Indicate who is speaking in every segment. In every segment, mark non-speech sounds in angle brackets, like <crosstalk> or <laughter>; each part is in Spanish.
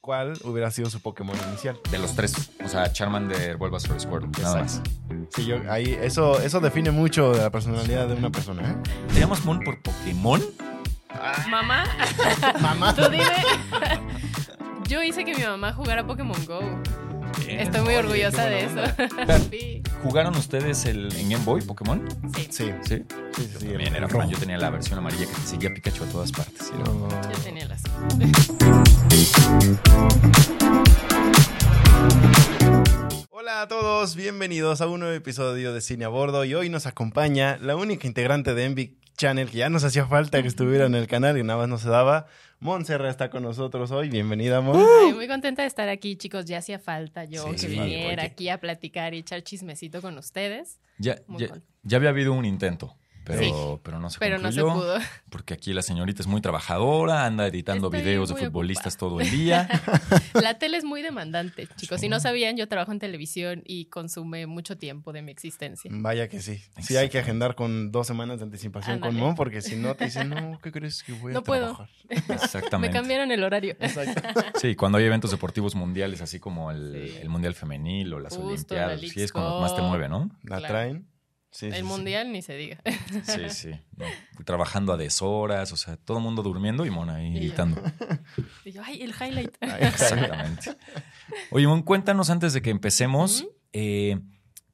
Speaker 1: ¿cuál hubiera sido su Pokémon inicial?
Speaker 2: De los tres. O sea, Charmander, Bulbasaur, Squirtle. Nada más.
Speaker 1: Sí, yo, ahí, eso, eso define mucho de la personalidad de una persona, ¿eh?
Speaker 2: ¿Te llamas Mon por Pokémon?
Speaker 3: Mamá, <laughs>
Speaker 1: <laughs> Mamá.
Speaker 3: tú dime. Yo hice que mi mamá jugara Pokémon Go. Estoy muy
Speaker 2: Eh, Oye,
Speaker 3: orgullosa
Speaker 2: qué
Speaker 3: de eso.
Speaker 2: buena
Speaker 3: <laughs>
Speaker 2: onda.
Speaker 3: Sí.
Speaker 2: ¿Jugaron ustedes el en Game Boy Pokémon?
Speaker 3: Sí,
Speaker 1: Sí,
Speaker 2: Sí.
Speaker 1: sí, sí. sí,
Speaker 2: También
Speaker 1: el
Speaker 2: era
Speaker 1: rojo.
Speaker 2: fan. Yo tenía la versión amarilla que te seguía Pikachu a todas partes. Era-
Speaker 1: No.
Speaker 3: yo tenía las.
Speaker 1: Hola a todos, bienvenidos a un nuevo episodio de Cine a Bordo y hoy nos acompaña la única integrante de Envy Channel que ya nos hacía falta que estuviera en el canal y nada más no se daba. Montserrat está con nosotros hoy, bienvenida Mon.
Speaker 3: Ay, muy contenta de estar aquí, chicos. Ya hacía falta yo
Speaker 2: Sí,
Speaker 3: que
Speaker 2: sí, oye.
Speaker 3: viniera aquí a platicar y echar chismecito con ustedes,
Speaker 2: Ya,
Speaker 3: Muy
Speaker 2: ya,
Speaker 3: cool.
Speaker 2: ya había habido un intento, pero,
Speaker 3: Sí.
Speaker 2: pero no se
Speaker 3: pero no se
Speaker 2: concluyó,
Speaker 3: pudo.
Speaker 2: Porque aquí la señorita es muy trabajadora, anda editando
Speaker 3: Estoy
Speaker 2: videos de
Speaker 3: muy
Speaker 2: futbolistas
Speaker 3: ocupada.
Speaker 2: todo el día. <laughs>
Speaker 3: La tele es muy demandante, chicos. Si no
Speaker 2: Sí.
Speaker 3: sabían, yo trabajo en televisión y consume mucho tiempo de mi existencia.
Speaker 1: Vaya que sí. Sí hay que agendar con dos semanas de anticipación con
Speaker 3: Ándale.
Speaker 1: Mon porque si no te dicen, no, ¿qué crees que voy a
Speaker 3: No puedo.
Speaker 1: trabajar?"
Speaker 3: <laughs> Me
Speaker 2: Exactamente.
Speaker 3: cambiaron el horario.
Speaker 1: Exacto.
Speaker 2: Sí, cuando hay eventos deportivos mundiales, así como el,
Speaker 3: Sí.
Speaker 2: el Mundial Femenil o las
Speaker 3: Justo, la
Speaker 2: Olimpiadas,
Speaker 3: Leagues
Speaker 2: sí es cuando más te
Speaker 3: Cup.
Speaker 2: mueve, ¿no?
Speaker 1: ¿La
Speaker 3: Claro.
Speaker 1: traen? Sí, sí,
Speaker 3: El
Speaker 1: sí.
Speaker 3: mundial ni se diga.
Speaker 2: Sí,
Speaker 3: <laughs>
Speaker 2: sí. no. Trabajando a deshoras, o sea, todo el mundo durmiendo y Mona ahí
Speaker 3: Y yo. <laughs>
Speaker 2: editando.
Speaker 3: Y yo, ay, el highlight.
Speaker 1: Ay,
Speaker 2: Exactamente. Oye, Mon, cuéntanos antes de que empecemos,
Speaker 3: Ujú.
Speaker 2: eh,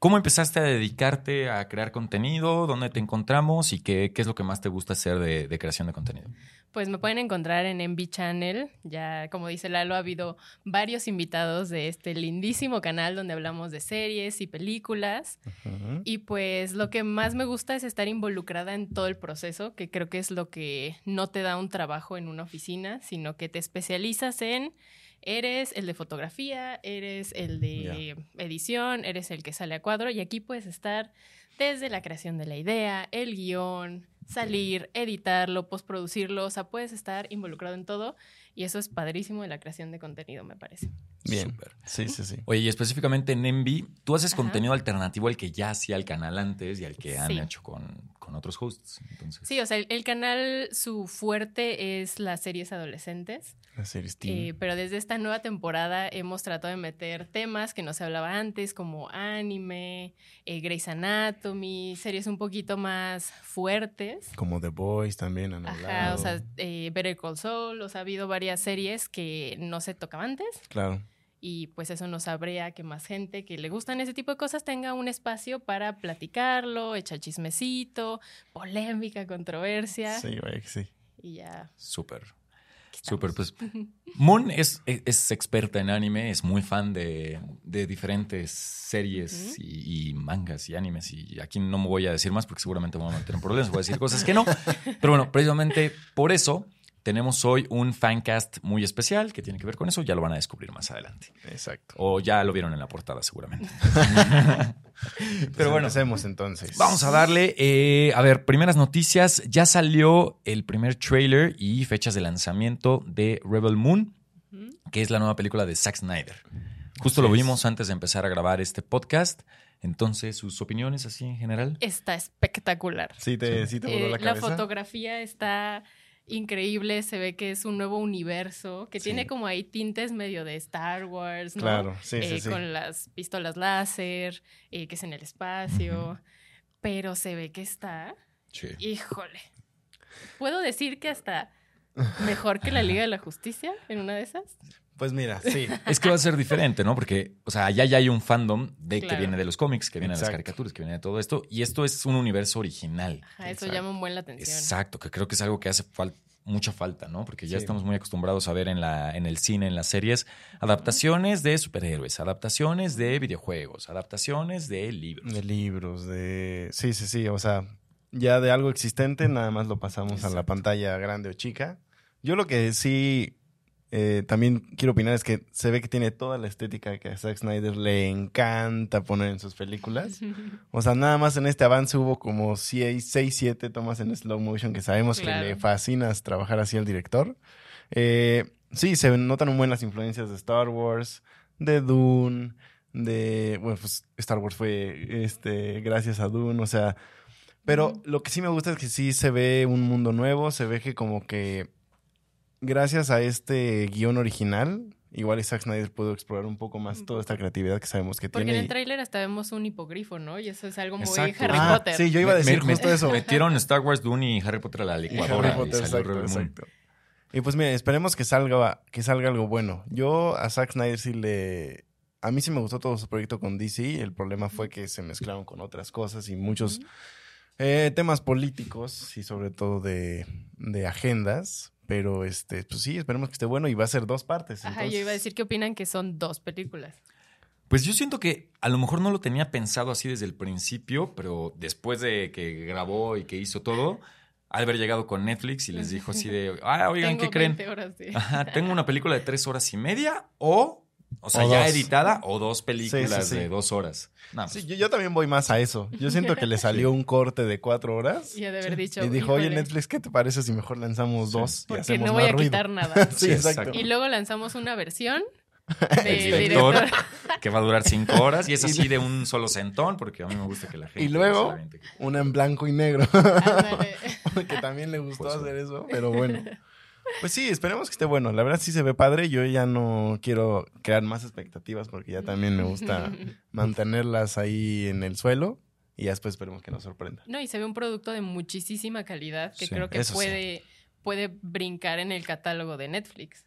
Speaker 2: ¿cómo empezaste a dedicarte a crear contenido? ¿Dónde te encontramos? ¿Y qué, qué es lo que más te gusta hacer de, de creación de contenido?
Speaker 3: Pues me pueden encontrar en Envy Channel. Ya, como dice Lalo, ha habido varios invitados de este lindísimo canal donde hablamos de series y películas.
Speaker 1: Ujú.
Speaker 3: Y pues lo que más me gusta es estar involucrada en todo el proceso, que creo que es lo que no te da un trabajo en una oficina, sino que te especializas en, eres el de fotografía, eres el de edición, eres el que sale a cuadro y aquí puedes estar desde la creación de la idea, el guión, salir, editarlo, postproducirlo, o sea, puedes estar involucrado en todo y eso es padrísimo de la creación de contenido, me parece.
Speaker 1: Bien.
Speaker 2: Súper.
Speaker 1: Sí, sí, sí.
Speaker 2: Oye, y específicamente en Envy, tú haces
Speaker 3: Ajá.
Speaker 2: contenido alternativo al que ya hacía el canal antes y al que han
Speaker 3: Sí.
Speaker 2: hecho con, con otros hosts. Entonces,
Speaker 3: Sí, o sea, el, el canal, su fuerte es las series adolescentes.
Speaker 1: La series
Speaker 3: Eh, pero desde esta nueva temporada hemos tratado de meter temas que no se hablaba antes, como anime, eh, Grey's Anatomy, series un poquito más fuertes.
Speaker 1: Como The Boys también han
Speaker 3: Ajá,
Speaker 1: hablado.
Speaker 3: o sea, eh, Better Call Saul, o sea, ha habido varias series que no se tocaban antes
Speaker 1: Claro.
Speaker 3: y pues eso nos abría que más gente que le gustan ese tipo de cosas tenga un espacio para platicarlo, echar chismecito, polémica, controversia
Speaker 1: Sí, vaya que sí.
Speaker 3: y ya.
Speaker 2: súper.
Speaker 3: aquí estamos.
Speaker 2: Súper,
Speaker 3: <laughs>
Speaker 2: pues. Mon es, es- es experta en anime, es muy fan de, de diferentes series y, y mangas y animes. Y aquí no me voy a decir más porque seguramente me voy a meter en problemas. Voy a decir cosas
Speaker 3: <laughs>
Speaker 2: que no. Pero bueno, precisamente por eso tenemos hoy un fancast muy especial que tiene que ver con eso. Ya lo van a descubrir más adelante.
Speaker 1: Exacto.
Speaker 2: O ya lo vieron en la portada, seguramente.
Speaker 1: Pero
Speaker 2: bueno.
Speaker 1: bueno. Empecemos
Speaker 3: Pues
Speaker 1: entonces.
Speaker 2: Vamos a darle. eh, a ver, primeras noticias. Ya salió el primer trailer y fechas de lanzamiento de Rebel Moon.
Speaker 3: Ujú.
Speaker 2: que es la nueva película de Zack Snyder. Justo
Speaker 1: Así
Speaker 2: lo
Speaker 1: es.
Speaker 2: vimos antes de empezar a grabar este podcast. Entonces, sus opiniones así en general.
Speaker 3: Está espectacular.
Speaker 1: Sí, te, sí te voló
Speaker 3: Eh,
Speaker 1: la cabeza.
Speaker 3: fotografía está increíble, se ve que es un nuevo universo, que
Speaker 1: Sí.
Speaker 3: tiene como ahí tintes medio de Star Wars, ¿no?
Speaker 1: Claro, sí, sí,
Speaker 3: Eh,
Speaker 1: sí.
Speaker 3: Con las pistolas láser, eh, que es en el espacio,
Speaker 2: Ujú.
Speaker 3: pero se ve que está, híjole. Puedo decir que hasta mejor que la Liga de la Justicia en una de esas.
Speaker 1: Pues mira, <laughs> sí.
Speaker 2: Es que va a ser diferente, ¿no? Porque, o sea, allá ya hay un fandom de que
Speaker 3: Claro.
Speaker 2: viene de los cómics, que viene de las
Speaker 1: Exacto.
Speaker 2: caricaturas, que viene de todo esto. Y esto es un universo original.
Speaker 3: Ajá, eso
Speaker 2: Exacto.
Speaker 3: llama un buen la atención.
Speaker 2: Exacto, que creo que es algo que hace fal- mucha falta, ¿no? Porque ya
Speaker 1: Sí.
Speaker 2: estamos muy acostumbrados a ver en, la, en el cine, en las series, adaptaciones de superhéroes, adaptaciones de videojuegos, adaptaciones de libros.
Speaker 1: De libros, de... Sí, sí, sí. O sea, ya de algo existente nada más lo pasamos a la
Speaker 2: Exacto.
Speaker 1: pantalla grande o chica. Yo lo que sí eh, también quiero opinar es que se ve que tiene toda la estética que a Zack Snyder le encanta poner en sus
Speaker 3: <laughs>
Speaker 1: películas. O sea, nada más en este avance hubo como 6, 7 tomas en slow motion que sabemos
Speaker 3: Claro.
Speaker 1: que le fascinas trabajar así al director. Eh, sí, se notan muy buenas influencias de Star Wars, de Dune, de... Bueno, pues Star Wars fue este, gracias a Dune, o sea... Pero
Speaker 3: Ujú.
Speaker 1: lo que sí me gusta es que sí se ve un mundo nuevo, se ve que como que gracias a este guión original Igual y Zack Snyder pudo explorar un poco más toda esta creatividad que sabemos que
Speaker 3: Porque en
Speaker 1: tiene.
Speaker 3: el
Speaker 1: y-
Speaker 3: tráiler hasta vemos un hipogrifo, ¿no? Y eso es algo muy
Speaker 2: Exacto.
Speaker 3: Harry
Speaker 1: Ah,
Speaker 3: Potter.
Speaker 1: sí, yo iba a
Speaker 2: Me-
Speaker 1: decir
Speaker 2: me-
Speaker 1: justo
Speaker 2: me-
Speaker 1: eso.
Speaker 2: Metieron Star Wars Dune y Harry Potter a la
Speaker 1: Y
Speaker 2: licuadora.
Speaker 1: Harry Potter,
Speaker 2: y salió
Speaker 1: exacto,
Speaker 2: Rebel Moon.
Speaker 1: exacto. Y pues mira, esperemos que salga, que salga algo bueno. Yo a Zack Snyder sí le... A mí sí me gustó todo su proyecto con DC. El problema fue que se mezclaron con otras cosas y muchos
Speaker 3: Ujú.
Speaker 1: eh, temas políticos y sobre todo de, de agendas. Pero este, pues sí, esperemos que esté bueno y va a ser dos partes.
Speaker 3: Ajá, yo
Speaker 1: entonces-
Speaker 3: iba a decir que opinan que son dos películas.
Speaker 2: Pues yo siento que a lo mejor no lo tenía pensado así desde el principio, pero después de que grabó y que hizo todo, al haber llegado con Netflix y les dijo así de, ah, oigan,
Speaker 3: Tengo
Speaker 2: ¿qué creen?
Speaker 3: 20 horas de-
Speaker 2: <laughs>
Speaker 1: Ah,
Speaker 2: Ajá, tengo una película de tres horas y media o, o sea,
Speaker 1: O
Speaker 2: ya
Speaker 1: dos.
Speaker 2: editada o dos películas
Speaker 1: Sí, sí, sí.
Speaker 2: de dos horas. No,
Speaker 1: Sí,
Speaker 2: pues,
Speaker 1: yo, yo también voy más a eso. Yo siento
Speaker 3: <laughs>
Speaker 1: que le salió un corte de cuatro horas.
Speaker 3: <laughs> Y ha de haber dicho.
Speaker 1: Y dijo, oye
Speaker 3: "Híjole,
Speaker 1: Netflix, ¿qué te parece si mejor lanzamos
Speaker 2: Sí.
Speaker 1: dos y
Speaker 3: Porque
Speaker 1: hacemos
Speaker 3: no voy
Speaker 1: más
Speaker 3: a
Speaker 1: ruido?
Speaker 3: quitar
Speaker 1: <laughs>
Speaker 3: nada.
Speaker 1: Sí,
Speaker 2: Sí,
Speaker 1: exacto.
Speaker 2: exacto.
Speaker 3: Y luego lanzamos
Speaker 1: <laughs>
Speaker 3: una versión
Speaker 2: el
Speaker 3: del
Speaker 2: director,
Speaker 3: director.
Speaker 2: que va a durar cinco
Speaker 1: <laughs>
Speaker 2: horas y es así de un solo centón porque a mí me gusta que la gente...
Speaker 1: luego-
Speaker 2: se la aviente.
Speaker 1: Una en blanco y negro. <laughs>
Speaker 3: Ándale.
Speaker 1: que también le gustó
Speaker 2: Pues,
Speaker 1: hacer eso, pero
Speaker 3: <laughs>
Speaker 1: bueno. Pues sí, esperemos que esté bueno. La verdad sí se ve padre. Yo ya no quiero crear más expectativas porque ya también me gusta mantenerlas ahí en el suelo y ya después esperemos que nos sorprenda.
Speaker 3: <laughs> No, y se ve un producto de muchísima calidad que
Speaker 2: Sí,
Speaker 3: creo que
Speaker 1: eso sí.
Speaker 3: puede, puede brincar en el catálogo de Netflix.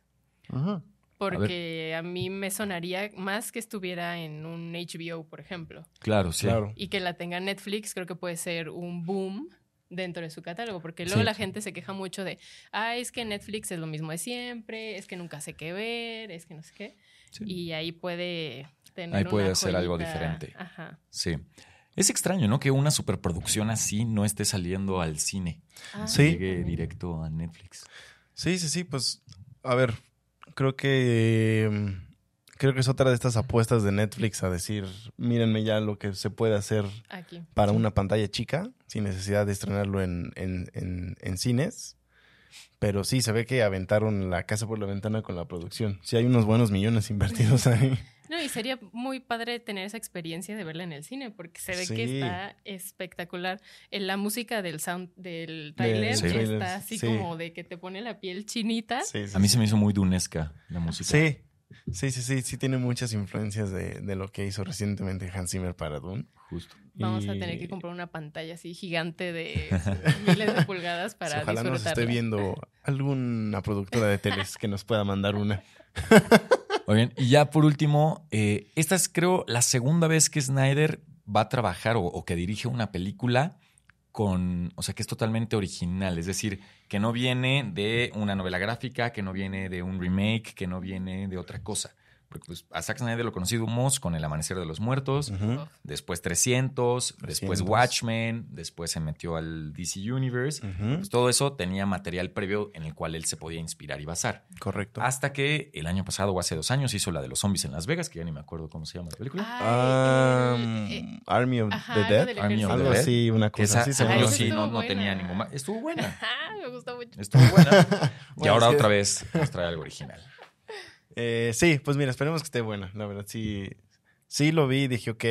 Speaker 1: Ajá.
Speaker 3: Porque a, mí me sonaría más que estuviera en un HBO, por ejemplo.
Speaker 2: Claro, sí.
Speaker 1: Claro.
Speaker 3: Y que la tenga Netflix, creo que puede ser un boom dentro de su catálogo. Porque luego
Speaker 2: Sí.
Speaker 3: la gente se queja mucho de, ah, es que Netflix es lo mismo de siempre, es que nunca sé qué ver, es que no sé qué.
Speaker 2: Sí.
Speaker 3: Y ahí puede tener.
Speaker 2: Ahí
Speaker 3: una
Speaker 2: puede hacer algo
Speaker 3: joyita.
Speaker 2: diferente.
Speaker 3: Ajá.
Speaker 2: Sí. Es extraño, ¿no? Que una superproducción así no esté saliendo al cine.
Speaker 3: Ah,
Speaker 1: Sí.
Speaker 2: Llegue directo a Netflix.
Speaker 1: Sí, sí, sí, pues a ver, creo que eh, creo que es otra de estas apuestas de Netflix a decir, mírenme ya lo que se puede hacer
Speaker 3: Aquí.
Speaker 1: para una pantalla chica, sin necesidad de estrenarlo en, en- en- en cines. Pero sí, se ve que aventaron la casa por la ventana con la producción. Sí, hay unos buenos millones invertidos ahí.
Speaker 3: No, y sería muy padre tener esa experiencia de verla en el cine, porque se ve
Speaker 1: Sí.
Speaker 3: que está espectacular. Eh, La música del sound del trailer
Speaker 2: sí.
Speaker 3: está así
Speaker 1: Sí.
Speaker 3: como de que te pone la piel chinita.
Speaker 1: Sí, sí,
Speaker 2: A mí
Speaker 1: sí.
Speaker 2: se me hizo muy dunesca la música.
Speaker 1: Sí, sí, sí, sí, sí tiene muchas influencias de, de lo que hizo recientemente Hans Zimmer para Dune.
Speaker 2: Justo.
Speaker 3: Vamos a
Speaker 1: Y-
Speaker 3: tener que comprar una pantalla así gigante de <laughs> miles de pulgadas para
Speaker 1: Ojalá nos
Speaker 3: disfrutarla.
Speaker 1: esté viendo alguna productora de teles que nos pueda mandar una.
Speaker 2: Muy bien. Y ya por último, eh, esta es creo la segunda vez que Snyder va a trabajar o, o que dirige una película con, o sea, que es totalmente original. Es decir, que no viene de una novela gráfica, que no viene de un remake, que no viene de otra cosa. Porque pues, a Zack Snyder lo conocimos con El Amanecer de los Muertos,
Speaker 1: Ujú,
Speaker 2: después 300, después
Speaker 1: 300.
Speaker 2: Watchmen, después se metió al DC Universe.
Speaker 1: ujú,
Speaker 2: Pues, todo eso tenía material previo en el cual él se podía inspirar y basar.
Speaker 1: Correcto.
Speaker 2: Hasta que el año pasado o hace dos años hizo la de los zombies en Las Vegas, que ya ni me acuerdo cómo se llama la película.
Speaker 3: Ah, Ay,
Speaker 1: Um,
Speaker 3: eh, eh,
Speaker 1: Army of
Speaker 3: ajá,
Speaker 1: the
Speaker 3: algo
Speaker 1: Dead.
Speaker 3: del
Speaker 2: Army of
Speaker 3: ejército.
Speaker 1: Algo
Speaker 2: the
Speaker 3: <laughs>
Speaker 2: Dead.
Speaker 1: así, una
Speaker 2: Que
Speaker 1: cosa
Speaker 2: esa,
Speaker 1: pues así.
Speaker 2: esa
Speaker 1: seguro.
Speaker 2: yo
Speaker 3: esa
Speaker 2: sí no,
Speaker 3: estuvo
Speaker 2: no
Speaker 3: buena.
Speaker 2: tenía ningún... ma- Estuvo
Speaker 3: <laughs>
Speaker 2: buena.
Speaker 3: Ajá, Ah, me gustó mucho.
Speaker 2: Estuvo buena. y
Speaker 1: Bueno,
Speaker 2: ahora
Speaker 1: es que-
Speaker 2: otra vez nos trae algo original.
Speaker 1: Eh, sí, pues mira, esperemos que esté buena. La verdad, sí, sí lo vi y dije, ok,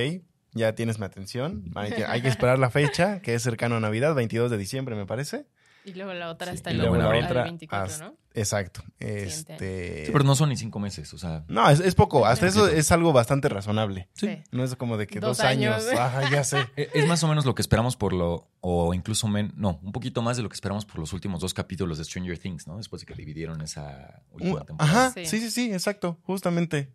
Speaker 1: ya tienes mi atención. Hay que, hay que esperar la fecha, que es cercano a Navidad, 22 de diciembre, me parece.
Speaker 3: Y luego la otra
Speaker 2: Sí,
Speaker 3: está
Speaker 2: y
Speaker 3: el
Speaker 2: luego la
Speaker 3: al
Speaker 1: otra
Speaker 3: 24,
Speaker 1: hasta-
Speaker 3: ¿no?
Speaker 1: Exacto.
Speaker 2: Sí,
Speaker 1: Este...
Speaker 2: pero no son ni cinco meses, o sea...
Speaker 1: No, es, es poco. Hasta eso es algo bastante razonable.
Speaker 3: Sí.
Speaker 1: No es como de que
Speaker 3: Dos
Speaker 1: dos, años.
Speaker 3: años.
Speaker 1: Ajá, ya
Speaker 3: <laughs>
Speaker 1: sé.
Speaker 2: e- Es más o menos lo que esperamos por lo, o incluso men- no, un poquito más de lo que esperamos por los últimos dos capítulos de Stranger Things, ¿no? Después de que dividieron esa última
Speaker 1: Un-
Speaker 2: temporada.
Speaker 1: Mm, Ajá,
Speaker 3: Sí.
Speaker 1: sí, sí, sí, exacto, justamente.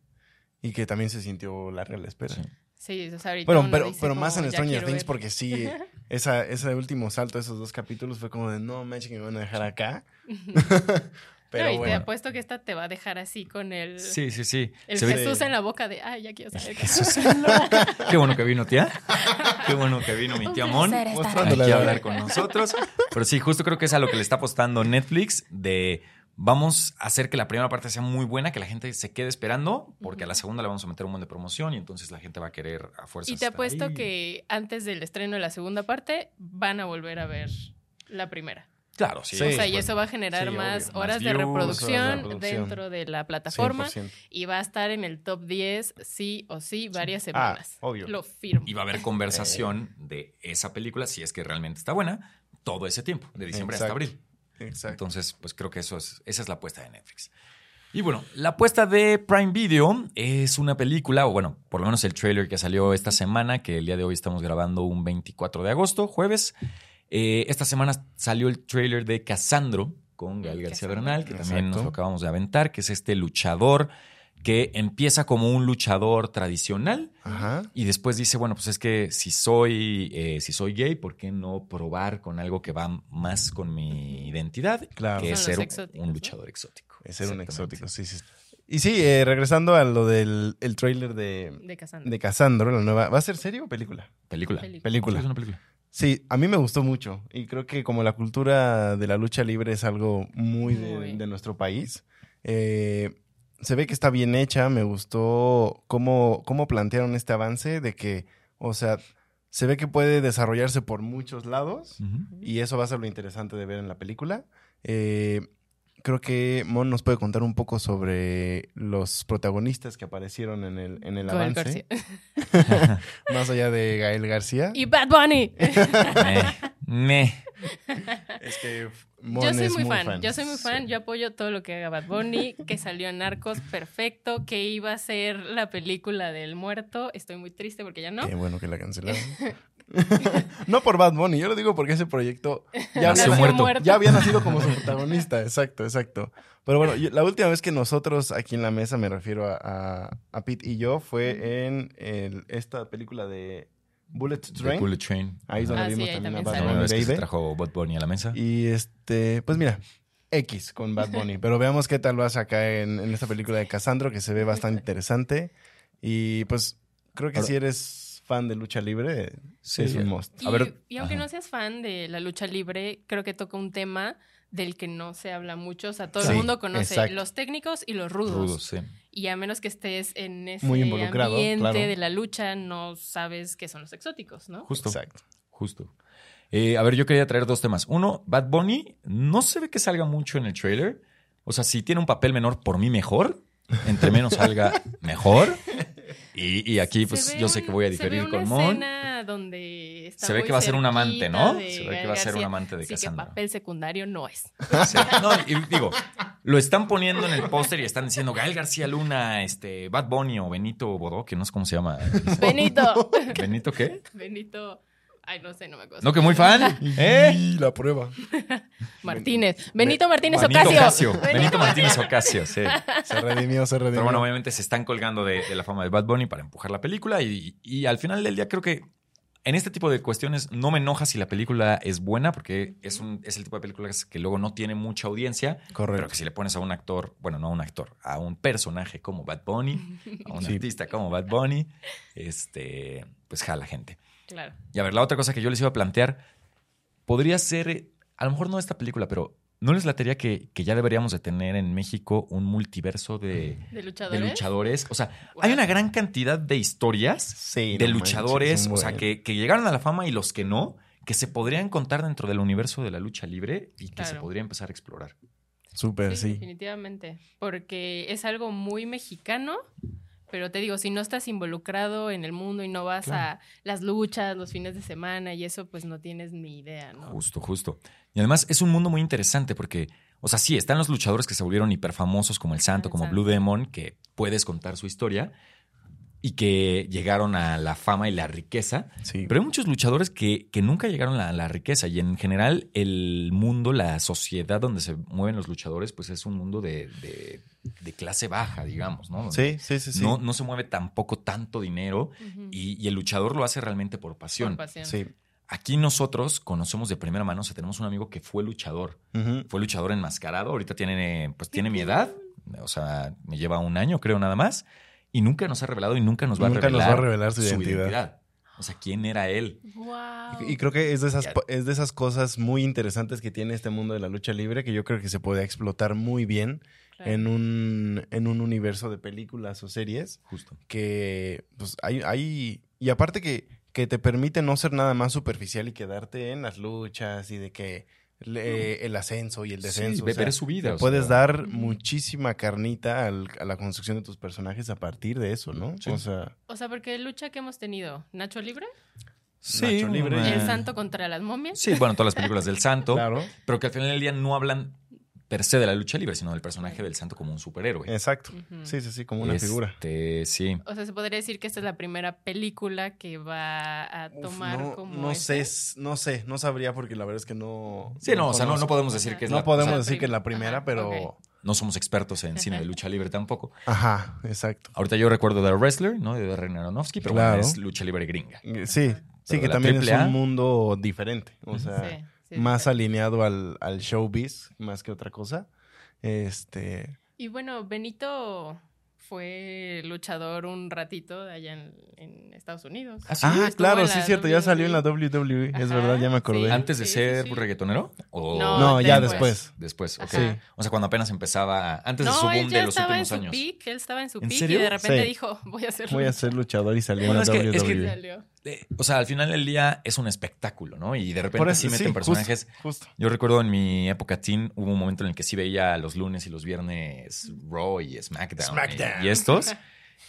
Speaker 1: Y que también se sintió larga la espera.
Speaker 2: Sí.
Speaker 3: Sí, o sea, ahorita
Speaker 1: Bueno,
Speaker 3: uno
Speaker 1: pero,
Speaker 3: dice
Speaker 1: pero
Speaker 3: como,
Speaker 1: más en
Speaker 3: "Ya
Speaker 1: Stranger
Speaker 3: quiero
Speaker 1: Things
Speaker 3: ver". <laughs>
Speaker 1: porque sí, esa, ese último salto de esos dos capítulos fue como de no manches que me van a dejar acá.
Speaker 3: no,
Speaker 1: pero
Speaker 3: y te
Speaker 1: bueno.
Speaker 3: apuesto que esta te va a dejar así con el,
Speaker 2: Sí, sí, sí.
Speaker 3: el
Speaker 2: Se ve-
Speaker 3: Jesús en la boca de, ay, ya quiero
Speaker 1: <laughs>
Speaker 3: saber. qué
Speaker 2: Jesús.
Speaker 3: pasó".
Speaker 2: Qué bueno que vino,
Speaker 3: <laughs>
Speaker 2: tía. Qué bueno que vino mi tía Mon.
Speaker 1: Mostrándole
Speaker 2: Aquí a
Speaker 1: la-
Speaker 2: hablar con nosotros. Pero sí, justo creo que es a lo que le está apostando Netflix de vamos a hacer que la primera parte sea muy buena, que la gente se quede esperando, porque a la segunda le vamos a meter un montón de promoción y entonces la gente va a querer a fuerza.
Speaker 3: y te apuesto que antes del estreno de la segunda parte van a volver a ver la primera.
Speaker 2: Claro, sí.
Speaker 1: Sí.
Speaker 3: o sea, y
Speaker 2: pues,
Speaker 3: eso va a generar
Speaker 1: sí,
Speaker 3: más
Speaker 2: obvio, más
Speaker 3: horas de
Speaker 2: views,
Speaker 3: reproducción
Speaker 1: horas de reproducción.
Speaker 3: dentro de la plataforma
Speaker 1: 100%.
Speaker 3: y va a estar en el top 10 sí o sí varias
Speaker 1: Ah,
Speaker 3: semanas.
Speaker 1: obvio.
Speaker 3: Lo firmo.
Speaker 2: Y va a
Speaker 1: Eh,
Speaker 2: haber conversación de esa película, si es que realmente está buena, todo ese tiempo, de diciembre hasta
Speaker 1: Exacto.
Speaker 2: abril.
Speaker 1: Exacto.
Speaker 2: Entonces, pues creo que eso es, esa es la apuesta de Netflix. Y bueno, la apuesta de Prime Video es una película, o bueno, por lo menos el trailer que salió esta semana, que el día de hoy estamos grabando un 24 de agosto, jueves. Eh, esta semana salió el trailer de Casandro con Gael García
Speaker 3: Casandro.
Speaker 2: Bernal, que también
Speaker 1: Mm, Exacto.
Speaker 2: nos lo acabamos de aventar, que es este luchador que empieza como un luchador tradicional,
Speaker 1: Ajá.
Speaker 2: y después dice, bueno, pues es que si soy, eh, si soy gay, ¿por qué no probar con algo que va más con mi identidad?
Speaker 1: Claro.
Speaker 2: Que es
Speaker 3: Son los
Speaker 2: ser
Speaker 3: exóticos,
Speaker 2: un
Speaker 3: ¿no?
Speaker 2: luchador exótico.
Speaker 1: Es ser un
Speaker 2: Exactamente.
Speaker 1: exótico, sí, sí. Y sí, eh, regresando a lo del el trailer de,
Speaker 3: De Cassandra.
Speaker 1: de Casandro, la nueva. ¿Va a ser serie o película?
Speaker 2: Película.
Speaker 3: Película.
Speaker 2: Sí,
Speaker 1: Película.
Speaker 2: Es una película.
Speaker 1: Sí, a mí me gustó mucho. Y creo que como la cultura de la lucha libre es algo muy de,
Speaker 3: Muy.
Speaker 1: de nuestro país, eh, se ve que está bien hecha. Me gustó cómo, cómo plantearon este avance de que, o sea, se ve que puede desarrollarse por muchos lados. Y eso va a ser lo interesante de ver en la película. Eh, creo que Mon nos puede contar un poco sobre los protagonistas que aparecieron en el, en el
Speaker 3: Gael
Speaker 1: avance.
Speaker 3: García.
Speaker 1: <laughs> Más allá de Gael García.
Speaker 3: <laughs> Y Bad Bunny.
Speaker 1: <laughs>
Speaker 2: Meh. Meh.
Speaker 1: Es que Mon
Speaker 3: <laughs> Yo soy
Speaker 1: es
Speaker 3: muy fan, yo soy muy
Speaker 1: Sí.
Speaker 3: fan, yo apoyo todo lo que haga Bad Bunny, que salió en Narcos, perfecto, que iba a ser la película del muerto, estoy muy triste porque ya no.
Speaker 1: Qué bueno que la
Speaker 3: <laughs>
Speaker 1: cancelaron. <laughs> no por Bad Bunny, yo lo digo porque ese proyecto ya
Speaker 2: Nació
Speaker 1: había,
Speaker 2: muerto.
Speaker 1: ya había nacido como
Speaker 3: <laughs>
Speaker 1: su protagonista, exacto, exacto. Pero bueno, yo- la última vez que nosotros aquí en la mesa, me refiero a, a, a Pete y yo, fue en el- esta película de Bullet
Speaker 2: The
Speaker 1: Train.
Speaker 2: Bullet Train.
Speaker 1: Ahí es donde
Speaker 3: Ah, sí,
Speaker 1: vimos
Speaker 3: ahí
Speaker 1: también,
Speaker 3: también
Speaker 1: a
Speaker 2: La
Speaker 1: Bad
Speaker 3: sale.
Speaker 2: primera
Speaker 1: Bunny
Speaker 2: vez que se
Speaker 1: Baby.
Speaker 2: trajo Bot Bunny a la mesa.
Speaker 1: Y este, pues mira, X con
Speaker 3: <laughs>
Speaker 1: Bad Bunny. Pero veamos qué tal vas acá en, en esta película de Casandro, que se ve bastante interesante. Y pues creo que
Speaker 2: Ahora-
Speaker 1: si eres fan de lucha libre,
Speaker 2: Sí.
Speaker 1: es un must.
Speaker 3: Y,
Speaker 2: A ver,
Speaker 3: y aunque
Speaker 2: ajá.
Speaker 3: no seas fan de la lucha libre, creo que toca un tema del que no se habla mucho, o sea, todo
Speaker 1: Sí,
Speaker 3: el mundo conoce
Speaker 1: exacto.
Speaker 3: los técnicos y los rudos.
Speaker 2: Rudos, sí.
Speaker 3: Y a menos que estés en ese
Speaker 1: Muy involucrado,
Speaker 3: ambiente
Speaker 1: claro.
Speaker 3: de la lucha, no sabes qué son los exóticos, ¿no?
Speaker 2: Justo.
Speaker 1: Exacto.
Speaker 2: Justo. Eh, a ver, yo quería traer dos temas. Uno, Bad Bunny no se ve que salga mucho en el trailer. O sea, si tiene un papel menor, por mí mejor. Entre menos salga, <laughs> mejor. Y, y aquí,
Speaker 3: Se
Speaker 2: pues,
Speaker 3: ve
Speaker 2: yo sé que voy a diferir
Speaker 3: se ve
Speaker 2: con
Speaker 3: una
Speaker 2: Mon.
Speaker 3: escena donde está
Speaker 2: Se ve
Speaker 3: muy
Speaker 2: que va a ser un amante,
Speaker 3: cerquita
Speaker 2: ¿no?
Speaker 3: de
Speaker 2: Se ve que
Speaker 3: Gael
Speaker 2: va a ser un
Speaker 3: García.
Speaker 2: amante de
Speaker 3: Así
Speaker 2: Cassandra.
Speaker 3: que papel secundario no es.
Speaker 2: Sí. <laughs> No, y digo, lo están poniendo en el póster y están diciendo Gael García Luna, este, Bad Bunny o Benito Bodó, que no sé cómo se llama.
Speaker 3: Benito. <laughs>
Speaker 2: ¿Benito qué?
Speaker 3: Benito. Ay, no sé, no me acuerdo.
Speaker 2: No, que muy fan.
Speaker 3: <laughs>
Speaker 2: ¿Eh?
Speaker 1: Y la prueba.
Speaker 3: Martínez. Benito Martínez
Speaker 2: Benito
Speaker 3: Ocasio.
Speaker 2: Ocasio. Benito Martínez Ocasio, sí.
Speaker 1: Se redimió, se redimió.
Speaker 2: Pero bueno, obviamente se están colgando de, de la fama de Bad Bunny para empujar la película y, y al final del día creo que en este tipo de cuestiones no me enoja si la película es buena porque es, un, es el tipo de películas que luego no tiene mucha audiencia, pero
Speaker 1: Correcto.
Speaker 2: que si le pones a un actor, bueno, no a un actor, a un personaje como Bad Bunny, a un
Speaker 1: Sí.
Speaker 2: artista como Bad Bunny, este, pues jala gente.
Speaker 3: Claro.
Speaker 2: Y a ver, la otra cosa que yo les iba a plantear, podría ser, eh, a lo mejor no esta película, pero ¿no les latería que, que ya deberíamos de tener en México un multiverso de
Speaker 3: De
Speaker 2: de
Speaker 3: luchadores.
Speaker 2: luchadores. O sea,
Speaker 3: Guau.
Speaker 2: hay una gran cantidad de historias
Speaker 1: Sí,
Speaker 2: de
Speaker 1: no manches,
Speaker 2: luchadores,
Speaker 1: es un
Speaker 2: o sea,
Speaker 1: buen.
Speaker 2: que, que llegaron a la fama y los que no, que se podrían contar dentro del universo de la lucha libre y que se
Speaker 3: Claro.
Speaker 2: podría empezar a explorar.
Speaker 1: Súper,
Speaker 3: Sí,
Speaker 1: sí.
Speaker 3: definitivamente. Porque es algo muy mexicano. Pero te digo, si no estás involucrado en el mundo y no vas
Speaker 1: Claro.
Speaker 3: a las luchas, los fines de semana y eso, pues no tienes ni idea, ¿no?
Speaker 2: Justo, justo. Y además es un mundo muy interesante porque, o sea, sí, están los luchadores que se volvieron hiperfamosos como El Santo,
Speaker 3: El
Speaker 2: como
Speaker 3: Santo.
Speaker 2: Blue Demon, que puedes contar su historia y que llegaron a la fama y la riqueza.
Speaker 1: sí.
Speaker 2: Pero hay muchos luchadores que, que nunca llegaron a la, la riqueza y en general el mundo, la sociedad donde se mueven los luchadores, pues es un mundo de, de- de clase baja, digamos, ¿no?
Speaker 1: sí,
Speaker 2: Donde
Speaker 1: sí, sí, sí.
Speaker 2: No, no se mueve tampoco tanto dinero
Speaker 3: Ujú.
Speaker 2: y, y el luchador lo hace realmente por pasión.
Speaker 3: Por pasión.
Speaker 1: Sí.
Speaker 2: Aquí nosotros conocemos de primera mano, o sea, tenemos un amigo que fue luchador,
Speaker 1: Ujú.
Speaker 2: fue luchador enmascarado, ahorita tiene, eh, pues tiene mi edad, o sea, me lleva un año creo nada más, y nunca nos ha revelado y nunca nos va
Speaker 1: Nunca
Speaker 2: a
Speaker 1: nos
Speaker 2: revelar,
Speaker 1: va a revelar su identidad.
Speaker 2: O sea, ¿quién era él?
Speaker 3: Guau.
Speaker 1: Y creo que es de, esas,
Speaker 2: Ya.
Speaker 1: po- es de esas cosas muy interesantes que tiene este mundo de la lucha libre que yo creo que se puede explotar muy bien
Speaker 3: Claro.
Speaker 1: en, un, en un universo de películas o series
Speaker 2: Justo.
Speaker 1: que pues hay, hay y aparte que, que te permite no ser nada más superficial y quedarte en las luchas y de que le- el ascenso y el descenso. o sea,
Speaker 2: su vida.
Speaker 1: le
Speaker 2: o
Speaker 1: puedes
Speaker 2: sea.
Speaker 1: dar
Speaker 3: Ujú.
Speaker 1: muchísima carnita al- a la construcción de tus personajes a partir de eso, ¿no?
Speaker 2: Sí.
Speaker 1: O sea,
Speaker 3: O sea, porque lucha que hemos tenido, Nacho Libre,
Speaker 1: Nacho Libre.
Speaker 2: una-
Speaker 1: Eh.
Speaker 3: El Santo contra las momias.
Speaker 2: Sí, bueno, todas las películas del Santo,
Speaker 1: claro.
Speaker 2: pero que al final del día no hablan per se de la lucha libre, sino del personaje del santo como un superhéroe.
Speaker 1: Exacto.
Speaker 3: Ujú.
Speaker 1: Sí, sí, sí, Eh, como una
Speaker 2: Este,
Speaker 1: figura.
Speaker 2: Sí.
Speaker 3: O sea, se podría decir que esta es la primera película que va a
Speaker 1: Uf,
Speaker 3: tomar
Speaker 1: no,
Speaker 3: como.
Speaker 1: no
Speaker 3: ese.
Speaker 1: sé, s- no sé, no sabría porque la verdad es que no.
Speaker 2: Sí, no, o sea, no, no
Speaker 1: conozco.
Speaker 2: podemos decir que es
Speaker 1: No
Speaker 2: la...
Speaker 1: podemos
Speaker 2: o sea,
Speaker 1: decir que es la
Speaker 3: Ajá,
Speaker 1: primera, pero.
Speaker 3: ok.
Speaker 2: no somos expertos en cine de lucha libre tampoco.
Speaker 1: Ajá, exacto.
Speaker 2: Ahorita yo recuerdo The Wrestler, ¿no? De Darren Aronofsky, pero
Speaker 1: Claro.
Speaker 2: bueno, es lucha libre gringa.
Speaker 1: Sí, sí,
Speaker 2: Pero
Speaker 1: que
Speaker 2: la
Speaker 1: también es
Speaker 2: AAA.
Speaker 1: un mundo diferente. O
Speaker 2: Ujú.
Speaker 1: sea,
Speaker 3: Sí, sí,
Speaker 1: más
Speaker 3: sí.
Speaker 1: alineado al, al showbiz, más que otra cosa. Este.
Speaker 3: Y bueno, Benito fue luchador un ratito allá en, en Estados Unidos.
Speaker 2: Ah, sí.
Speaker 1: ah,
Speaker 3: estuvo
Speaker 1: claro,
Speaker 3: en
Speaker 1: sí,
Speaker 3: la
Speaker 1: es cierto, ya salió en la
Speaker 3: WWE.
Speaker 1: WWE. es
Speaker 3: Ajá,
Speaker 1: verdad, ya me acordé.
Speaker 3: sí.
Speaker 2: ¿Antes de
Speaker 3: sí,
Speaker 2: ser
Speaker 3: sí.
Speaker 2: reggaetonero? ¿O-
Speaker 3: No,
Speaker 1: No, ya después.
Speaker 3: después.
Speaker 2: Después, ok.
Speaker 3: Ajá.
Speaker 1: Sí.
Speaker 2: O sea, cuando apenas empezaba, antes de su
Speaker 3: No, él
Speaker 2: boom
Speaker 3: ya
Speaker 2: de los
Speaker 3: estaba en
Speaker 2: últimos
Speaker 3: su
Speaker 2: años.
Speaker 3: peak, él estaba en su
Speaker 2: ¿En
Speaker 3: peak
Speaker 2: serio?
Speaker 3: y de repente
Speaker 1: Sí.
Speaker 3: dijo, voy a ser
Speaker 1: Voy a
Speaker 3: luchador".
Speaker 1: ser luchador y salió
Speaker 2: Bueno,
Speaker 1: en E.
Speaker 2: es
Speaker 1: la WWE.
Speaker 2: que- es que-
Speaker 3: Y salió.
Speaker 2: Eh, O sea, al final del día es un espectáculo, ¿no? Y de repente sí meten
Speaker 1: justo,
Speaker 2: personajes.
Speaker 1: Justo.
Speaker 2: Yo recuerdo en mi época teen, hubo un momento en el que sí veía los lunes y los viernes Raw y SmackDown.
Speaker 1: SmackDown.
Speaker 2: Y, y
Speaker 1: <laughs>
Speaker 2: estos.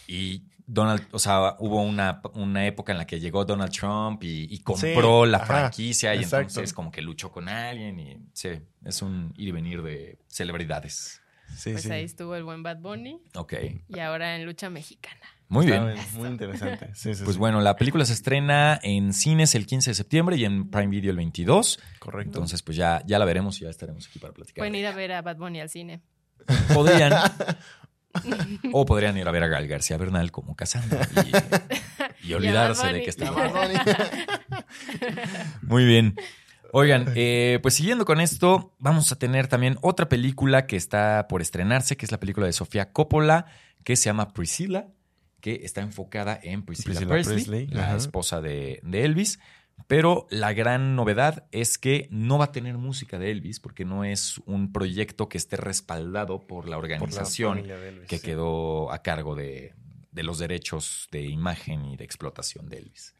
Speaker 2: Y Donald, o sea, hubo una, una época en la que llegó Donald Trump y, y compró
Speaker 1: Sí,
Speaker 2: la
Speaker 1: ajá,
Speaker 2: franquicia y
Speaker 1: exacto.
Speaker 2: entonces como que luchó con alguien y sí, es un ir y venir de celebridades.
Speaker 1: Sí,
Speaker 3: Pues
Speaker 1: sí.
Speaker 3: ahí estuvo el buen Bad Bunny
Speaker 2: Ok,
Speaker 3: y ahora en lucha mexicana.
Speaker 2: muy
Speaker 1: Está
Speaker 2: bien.
Speaker 1: bien, Muy interesante. Sí, sí,
Speaker 2: Pues
Speaker 1: sí.
Speaker 2: bueno, la película se estrena en cines el 15 de septiembre y en Prime Video el 22.
Speaker 1: Correcto.
Speaker 2: Entonces, pues ya, ya la veremos y ya estaremos aquí para platicar.
Speaker 3: Pueden ir a ver a Bad Bunny al cine. <laughs>
Speaker 2: Podrían. o podrían ir a ver a Gal García Bernal como Cassandra y- y,
Speaker 3: a Bad
Speaker 2: olvidarse de
Speaker 3: Bunny.
Speaker 2: que
Speaker 3: Y
Speaker 2: está
Speaker 3: a
Speaker 1: Bad
Speaker 2: <laughs>
Speaker 1: Bunny.
Speaker 2: Muy bien. Oigan, eh, pues siguiendo con esto, vamos a tener también otra película que está por estrenarse, que es la película de Sofía Coppola, que se llama Priscilla, que está enfocada en Priscilla,
Speaker 1: Priscilla
Speaker 2: Presley,
Speaker 1: Presley,
Speaker 2: la
Speaker 1: ajá.
Speaker 2: esposa de, de Elvis. Pero la gran novedad es que no va a tener música de Elvis porque no es un proyecto que esté respaldado por la
Speaker 1: Por la
Speaker 2: organización
Speaker 1: familia de Elvis,
Speaker 2: que
Speaker 1: sí.
Speaker 2: quedó a cargo de, de los derechos de imagen y de explotación de Elvis.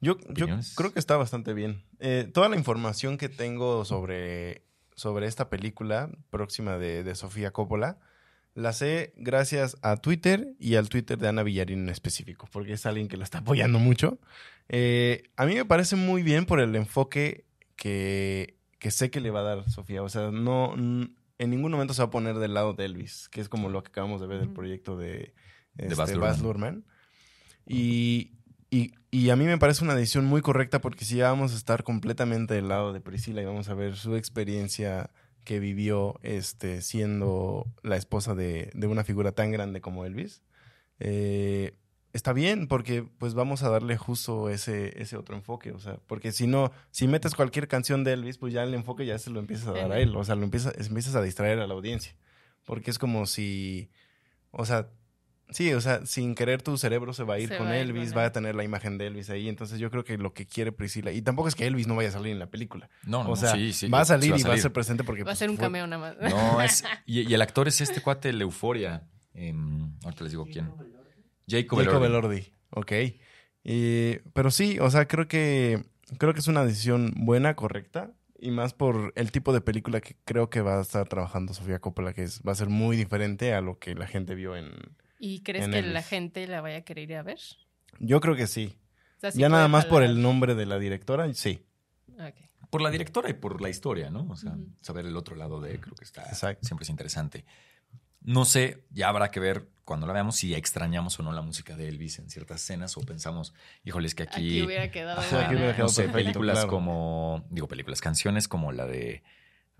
Speaker 1: Yo, yo
Speaker 2: opiniones?
Speaker 1: creo que está bastante bien. Eh, toda la información que tengo sobre, sobre esta película próxima de, de Sofía Coppola, la sé gracias a Twitter y al Twitter de Ana Villarín en específico, porque es alguien que la está apoyando mucho. Eh, a mí me parece muy bien por el enfoque que, que sé que le va a dar Sofía. O sea, no, n- en ningún momento se va a poner del lado de Elvis, que es como lo que acabamos de ver del
Speaker 3: Ujú.
Speaker 1: proyecto de,
Speaker 2: De
Speaker 1: este,
Speaker 2: Baz
Speaker 1: Baz
Speaker 2: Luhrmann.
Speaker 1: Luhrmann. Y, y, y a mí me parece una decisión muy correcta porque si ya vamos a estar completamente del lado de Priscila y vamos a ver su experiencia que vivió este, siendo la esposa de, de una figura tan grande como Elvis, eh, está bien porque pues vamos a darle justo ese, ese otro enfoque. O sea, porque si no, si metes cualquier canción de Elvis, pues ya el enfoque ya se lo empiezas a dar a él. O sea, lo empiezas, empiezas a distraer a la audiencia. Porque es como si, o sea, sí, o sea, sin querer tu cerebro se va a ir
Speaker 3: Se
Speaker 1: con
Speaker 3: va a ir
Speaker 1: Elvis,
Speaker 3: con
Speaker 1: va
Speaker 3: él.
Speaker 1: a tener la imagen de Elvis ahí. Entonces yo creo que lo que quiere Priscila, y tampoco es que Elvis no vaya a salir en la película.
Speaker 2: No, no,
Speaker 1: O sea,
Speaker 2: sí, sí,
Speaker 1: va a
Speaker 2: sí
Speaker 1: salir y va a ser presente porque...
Speaker 3: Va a
Speaker 1: pues,
Speaker 3: ser un
Speaker 1: fue-
Speaker 3: cameo nada más.
Speaker 2: <laughs> No, es. Y, y el actor es este cuate, el de Euforia. Em, ahorita les digo quién. Jacob
Speaker 1: Jacob
Speaker 2: Elordi.
Speaker 1: Elordi. Ok. Eh, pero sí, o sea, creo que, creo que es una decisión buena, correcta. Y más por el tipo de película que creo que va a estar trabajando Sofía Coppola, que es- va a ser muy diferente a lo que la gente vio en...
Speaker 3: ¿Y crees
Speaker 1: En
Speaker 3: que
Speaker 1: Elvis.
Speaker 3: la gente la vaya a querer ir a ver?
Speaker 1: Yo creo que sí.
Speaker 3: O sea, sí
Speaker 1: ya
Speaker 3: puede
Speaker 1: nada más por
Speaker 3: jalar.
Speaker 1: el nombre de la directora, sí.
Speaker 3: Ok.
Speaker 2: Por la directora y por la historia, ¿no? O sea,
Speaker 3: Ujú.
Speaker 2: saber el otro lado de creo que está.
Speaker 1: Exacto.
Speaker 2: Siempre es interesante. No sé, ya habrá que ver cuando la veamos si extrañamos o no la música de Elvis en ciertas escenas o pensamos, híjole, es que
Speaker 3: Aquí hubiera quedado.
Speaker 1: Ajá, aquí
Speaker 3: buena.
Speaker 1: hubiera
Speaker 2: no
Speaker 1: quedado
Speaker 2: sé,
Speaker 1: perfecto,
Speaker 2: películas
Speaker 1: claro.
Speaker 2: como, digo, películas, canciones como la de,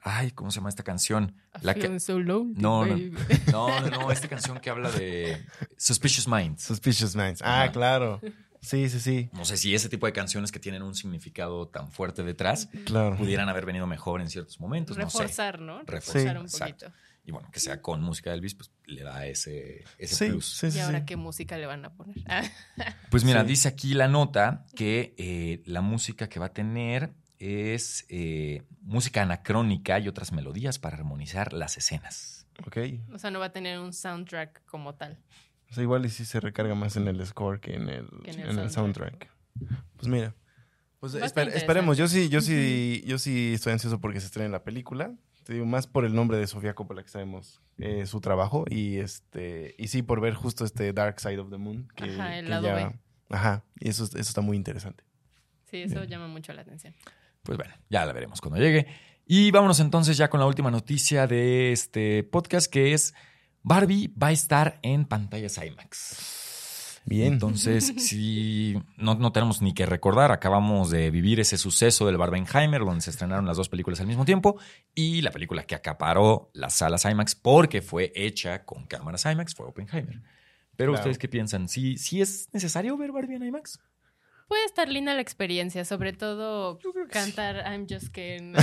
Speaker 2: ay, ¿cómo se llama esta canción? La que,
Speaker 3: Feeling so lonely,
Speaker 2: No, no.
Speaker 3: <laughs> baby.
Speaker 2: no, no, no, esta canción que habla de Suspicious Minds.
Speaker 1: Suspicious Minds. Ah,
Speaker 2: Ajá.
Speaker 1: claro. Sí, sí, sí.
Speaker 2: No sé si ese tipo de canciones que tienen un significado tan fuerte detrás
Speaker 1: Claro.
Speaker 2: pudieran haber venido mejor en ciertos momentos, no sé.
Speaker 3: Reforzar, ¿no?
Speaker 2: Reforzar,
Speaker 3: Reforzar un
Speaker 2: exacto.
Speaker 3: poquito.
Speaker 2: Y bueno, que sea con música de Elvis, pues le da ese, ese
Speaker 1: Sí,
Speaker 2: plus.
Speaker 1: sí,
Speaker 3: ¿Y
Speaker 1: sí,
Speaker 3: ahora
Speaker 1: sí.
Speaker 3: qué música le van a poner? <laughs> Ah,
Speaker 2: Pues mira,
Speaker 1: Sí.
Speaker 2: dice aquí la nota que eh, la música que va a tener es eh, música anacrónica y otras melodías para armonizar las escenas.
Speaker 1: Ok.
Speaker 3: o sea, no va a tener un soundtrack como tal.
Speaker 1: O sea, igual y sí se recarga más en el score que en el,
Speaker 3: Que
Speaker 1: en el soundtrack. Pues mira. Pues
Speaker 3: Bastante
Speaker 1: esper- esperemos. Yo sí, yo sí, yo sí estoy ansioso porque se estrene la película. Te digo, más por el nombre de Sofía Coppola que sabemos eh, su trabajo. Y este. Y sí, por ver justo este Dark Side of the Moon. Que,
Speaker 3: Ajá, el
Speaker 1: que
Speaker 3: lado B.
Speaker 1: Ajá. Y eso, eso está muy interesante.
Speaker 3: Sí, eso
Speaker 1: Bien.
Speaker 3: llama mucho la atención.
Speaker 2: Pues bueno, ya la veremos cuando llegue. Y vámonos entonces ya con la última noticia de este podcast, que es Barbie va a estar en pantallas IMAX.
Speaker 1: Bien.
Speaker 2: Entonces, sí, no, no tenemos ni que recordar, acabamos de vivir ese suceso del Barbenheimer, donde se estrenaron las dos películas al mismo tiempo, y la película que acaparó las salas IMAX porque fue hecha con cámaras IMAX fue Oppenheimer.
Speaker 1: Claro.
Speaker 2: Pero ustedes qué piensan, ¿Sí, sí es necesario ver Barbie en IMAX?
Speaker 3: Puede estar linda la experiencia, sobre todo cantar I'm
Speaker 1: <laughs>
Speaker 3: Just Ken.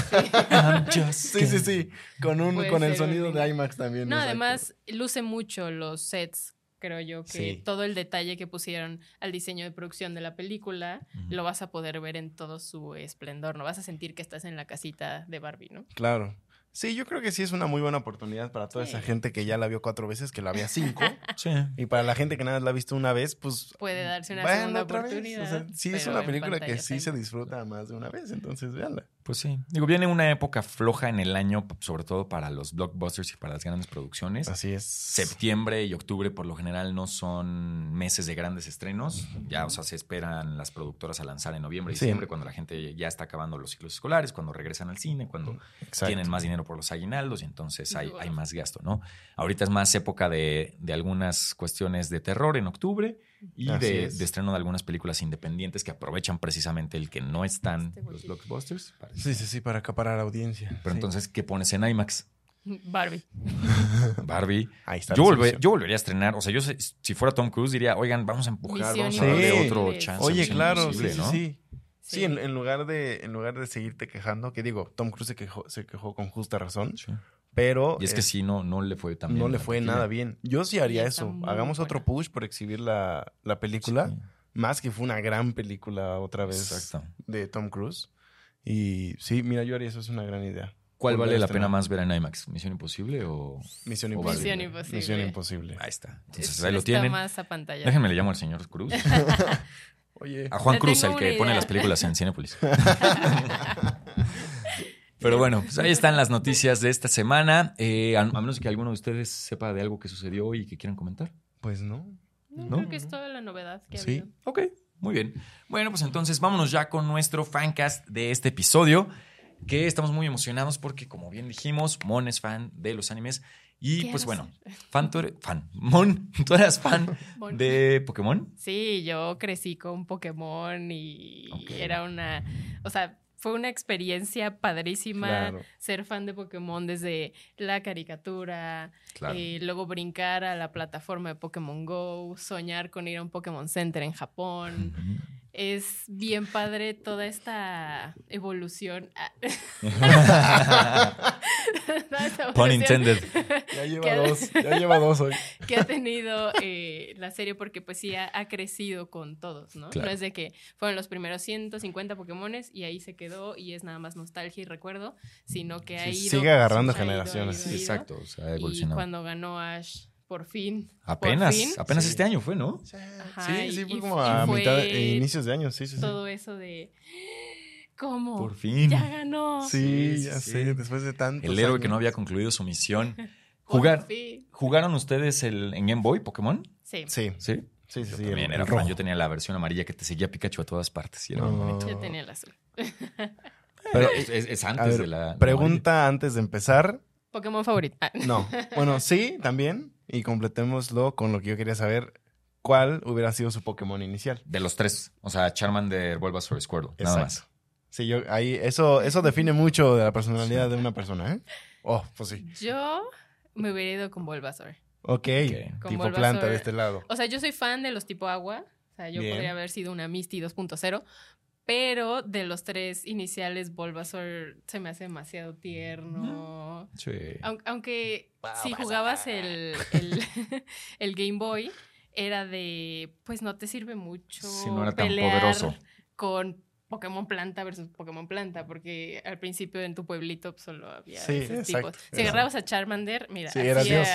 Speaker 1: Sí, sí, sí. Con, un,
Speaker 3: Puede
Speaker 1: con el
Speaker 3: ser un
Speaker 1: sonido de
Speaker 3: remake.
Speaker 1: IMAX también.
Speaker 3: No,
Speaker 1: exacto.
Speaker 3: además luce mucho los sets, creo yo, que
Speaker 1: Sí.
Speaker 3: todo el detalle que pusieron al diseño de producción de la película lo vas a poder ver en todo su esplendor, no vas a sentir que estás en la casita de Barbie, ¿no? <laughs>
Speaker 1: Claro. Sí, yo creo que sí es una muy buena oportunidad para toda
Speaker 3: Sí.
Speaker 1: esa gente que ya la vio cuatro veces, que la vio
Speaker 3: <laughs>
Speaker 1: cinco.
Speaker 2: Sí.
Speaker 1: y para la gente que nada más la ha visto una vez, pues.
Speaker 3: Puede darse una
Speaker 1: vayan
Speaker 3: segunda
Speaker 1: otra vez. O
Speaker 3: oportunidad.
Speaker 1: sea, sí, es
Speaker 3: pero
Speaker 1: una
Speaker 3: en
Speaker 1: película que
Speaker 3: pantalla
Speaker 1: sí se
Speaker 3: también.
Speaker 1: disfruta más de una vez, entonces véanla.
Speaker 2: Pues sí. Digo, viene una época floja en el año, sobre todo para los blockbusters y para las grandes producciones.
Speaker 1: Así es.
Speaker 2: Septiembre y octubre por lo general no son meses de grandes estrenos. Ya, o sea, se esperan las productoras a lanzar en noviembre y
Speaker 1: Sí.
Speaker 2: diciembre cuando la gente ya está acabando los ciclos escolares, cuando regresan al cine, cuando
Speaker 1: Exacto.
Speaker 2: tienen más dinero por los aguinaldos y entonces hay,
Speaker 3: Wow.
Speaker 2: hay más gasto, ¿no? Ahorita es más época de, de algunas cuestiones de terror en octubre y
Speaker 1: Así
Speaker 2: de,
Speaker 1: es.
Speaker 2: de estreno de algunas películas independientes que aprovechan precisamente el que no están
Speaker 3: Este
Speaker 2: los
Speaker 3: huequito.
Speaker 2: blockbusters. para-
Speaker 1: Sí, sí, sí, para acaparar audiencia.
Speaker 2: Pero
Speaker 1: Sí.
Speaker 2: entonces, ¿qué pones en IMAX?
Speaker 3: Barbie.
Speaker 2: Barbie.
Speaker 1: Ahí está.
Speaker 2: Yo,
Speaker 1: la
Speaker 2: volve-
Speaker 1: solución.
Speaker 2: yo volvería a estrenar. O sea, yo sé- si fuera Tom Cruise diría, oigan, vamos a empujar,
Speaker 3: Misión
Speaker 2: vamos a darle
Speaker 1: Imposible.
Speaker 2: otro chance. a
Speaker 1: Oye,
Speaker 2: Misión
Speaker 1: claro, sí,
Speaker 2: Imposible,
Speaker 1: sí,
Speaker 2: ¿no?
Speaker 1: sí. Sí, en, en lugar de, en lugar de seguirte quejando, que digo, Tom Cruise se quejó, se quejó con justa razón,
Speaker 2: Sí.
Speaker 1: pero
Speaker 2: Y es que
Speaker 1: eh,
Speaker 2: sí, no, no le fue tan bien.
Speaker 1: no
Speaker 2: en
Speaker 1: le
Speaker 2: la
Speaker 1: fue
Speaker 2: taquilla.
Speaker 1: nada bien. Yo sí haría
Speaker 3: Sí, está
Speaker 1: eso.
Speaker 3: muy
Speaker 1: Hagamos
Speaker 3: buena.
Speaker 1: otro push por exhibir la, la película,
Speaker 2: Sí. pues,
Speaker 1: más que fue una gran película otra vez
Speaker 2: Exacto.
Speaker 1: de Tom Cruise. Y sí, mira, yo haría eso, es una gran idea.
Speaker 2: ¿Cuál
Speaker 1: Volver
Speaker 2: vale
Speaker 1: a
Speaker 2: la
Speaker 1: estrenar.
Speaker 2: pena más ver en IMAX? ¿Misión Imposible o...?
Speaker 1: Misión
Speaker 2: o
Speaker 1: imposible.
Speaker 3: Misión Imposible.
Speaker 1: Misión imposible.
Speaker 2: Ahí está. Entonces,
Speaker 3: Está
Speaker 2: ahí lo tienen.
Speaker 3: más a pantalla.
Speaker 2: Déjenme le llamo al señor
Speaker 3: <laughs>
Speaker 2: Cruz.
Speaker 1: Oye,
Speaker 2: A Juan
Speaker 3: Te
Speaker 2: Cruz, el
Speaker 3: tengo
Speaker 2: que
Speaker 3: una
Speaker 2: pone
Speaker 3: idea.
Speaker 2: las películas en
Speaker 3: <laughs>
Speaker 2: Cinépolis. Pero bueno, pues ahí están las noticias de esta semana. Eh, a, a menos que alguno de ustedes sepa de algo que sucedió hoy y que quieran comentar.
Speaker 1: pues no.
Speaker 3: No,
Speaker 2: ¿No?
Speaker 3: creo que es toda la novedad que ha
Speaker 1: Sí.
Speaker 3: habido.
Speaker 2: Ok, muy bien. Bueno, pues entonces vámonos ya con nuestro fancast de este episodio, que estamos muy emocionados porque, como bien dijimos, Mon es fan de los animes. Y
Speaker 3: ¿Qué
Speaker 2: pues
Speaker 3: vas a
Speaker 2: bueno,
Speaker 3: <laughs>
Speaker 2: fan, tú eres- fan. Mon, tú eras fan
Speaker 3: Mon.
Speaker 2: de Pokémon.
Speaker 3: Sí, yo crecí con Pokémon y
Speaker 2: Ok.
Speaker 3: era una, o sea, fue una experiencia padrísima
Speaker 1: Claro.
Speaker 3: ser fan de Pokémon desde la caricatura,
Speaker 2: Claro.
Speaker 3: eh, luego brincar a la plataforma de Pokémon Go, soñar con ir a un Pokémon Center
Speaker 2: <laughs>
Speaker 3: en Japón. Es bien padre toda esta evolución. <laughs> Ah, toda
Speaker 2: <laughs>
Speaker 3: esta <laughs>
Speaker 2: Pun
Speaker 3: evolución
Speaker 2: intended.
Speaker 1: Ya
Speaker 3: ¿Qué?
Speaker 1: lleva dos,
Speaker 3: <laughs>
Speaker 1: ya lleva dos hoy.
Speaker 3: que ha tenido eh, la serie porque pues sí ha, ha crecido con todos, ¿no?
Speaker 2: Claro.
Speaker 3: No es de que fueron los primeros 150 Pokémones y ahí se quedó y es nada más nostalgia y recuerdo, sino que ha
Speaker 1: Sí,
Speaker 3: ido...
Speaker 1: sigue agarrando
Speaker 3: ha ido, ha ido,
Speaker 1: generaciones.
Speaker 3: ha ido.
Speaker 2: Exacto, o sea, ha
Speaker 3: Y
Speaker 2: evolucionado.
Speaker 3: cuando ganó Ash, por fin.
Speaker 2: Apenas,
Speaker 3: fin.
Speaker 2: apenas
Speaker 1: Sí.
Speaker 2: este año fue, ¿no?
Speaker 3: Ajá,
Speaker 1: sí, sí,
Speaker 3: y-
Speaker 1: fue
Speaker 3: y-
Speaker 1: como
Speaker 3: y
Speaker 1: a
Speaker 3: fue
Speaker 1: mitad, e inicios de año, sí, sí, sí.
Speaker 3: Todo eso de... ¿Cómo?
Speaker 2: Por fin.
Speaker 3: Oh, Ya ganó.
Speaker 1: Sí,
Speaker 2: Sí,
Speaker 1: ya
Speaker 2: sí, sí.
Speaker 1: sé, después de tanto.
Speaker 2: El héroe que no había concluido su misión.
Speaker 3: <laughs> por
Speaker 2: Jugar.
Speaker 3: fin.
Speaker 2: ¿Jugaron ustedes el, en Game Boy Pokémon?
Speaker 3: Sí.
Speaker 1: Sí,
Speaker 2: Sí.
Speaker 1: sí, sí.
Speaker 2: Yo
Speaker 1: sí,
Speaker 2: también
Speaker 1: el-
Speaker 2: era
Speaker 1: el
Speaker 2: fan.
Speaker 1: rojo.
Speaker 2: Yo tenía la versión amarilla que te seguía Pikachu a todas partes. y era muy
Speaker 1: No.
Speaker 2: bonito.
Speaker 3: Yo tenía el azul.
Speaker 1: Pero, eh,
Speaker 2: es, es- es
Speaker 1: a
Speaker 2: antes
Speaker 1: ver,
Speaker 2: de la.
Speaker 1: pregunta antes de empezar.
Speaker 3: Pokémon favorito. Ah,
Speaker 1: No. Bueno, sí, también. Y completémoslo con lo que yo quería saber. ¿Cuál hubiera sido su Pokémon inicial?
Speaker 2: De los tres. O sea, Charmander, Bulbasaur y Squirtle. Nada más.
Speaker 1: Sí, yo ahí, eso, eso define mucho de la personalidad de una persona, ¿eh? Oh, pues sí.
Speaker 3: Yo me hubiera ido con Bulbasaur.
Speaker 1: Ok.
Speaker 3: Con
Speaker 1: Tipo
Speaker 3: Bulbasaur.
Speaker 1: planta de este lado.
Speaker 3: O sea, yo soy fan de los tipo agua. O sea, yo
Speaker 1: Bien.
Speaker 3: podría haber sido una Misty 2.0. Pero de los tres iniciales, Bulbasaur se me hace demasiado tierno.
Speaker 2: Sí.
Speaker 3: Aunque, aunque si jugabas el, el, <laughs> el Game Boy, era de, pues no te sirve mucho
Speaker 2: Sí, no era tan
Speaker 3: pelear <laughs>
Speaker 2: poderoso.
Speaker 3: con Pokémon Planta versus Pokémon Planta, porque al principio en tu pueblito pues, solo había
Speaker 1: Sí,
Speaker 3: esos
Speaker 1: exacto.
Speaker 3: tipos. Si agarrabas a Charmander, mira,
Speaker 1: Sí, era
Speaker 3: hacía-
Speaker 1: Dios.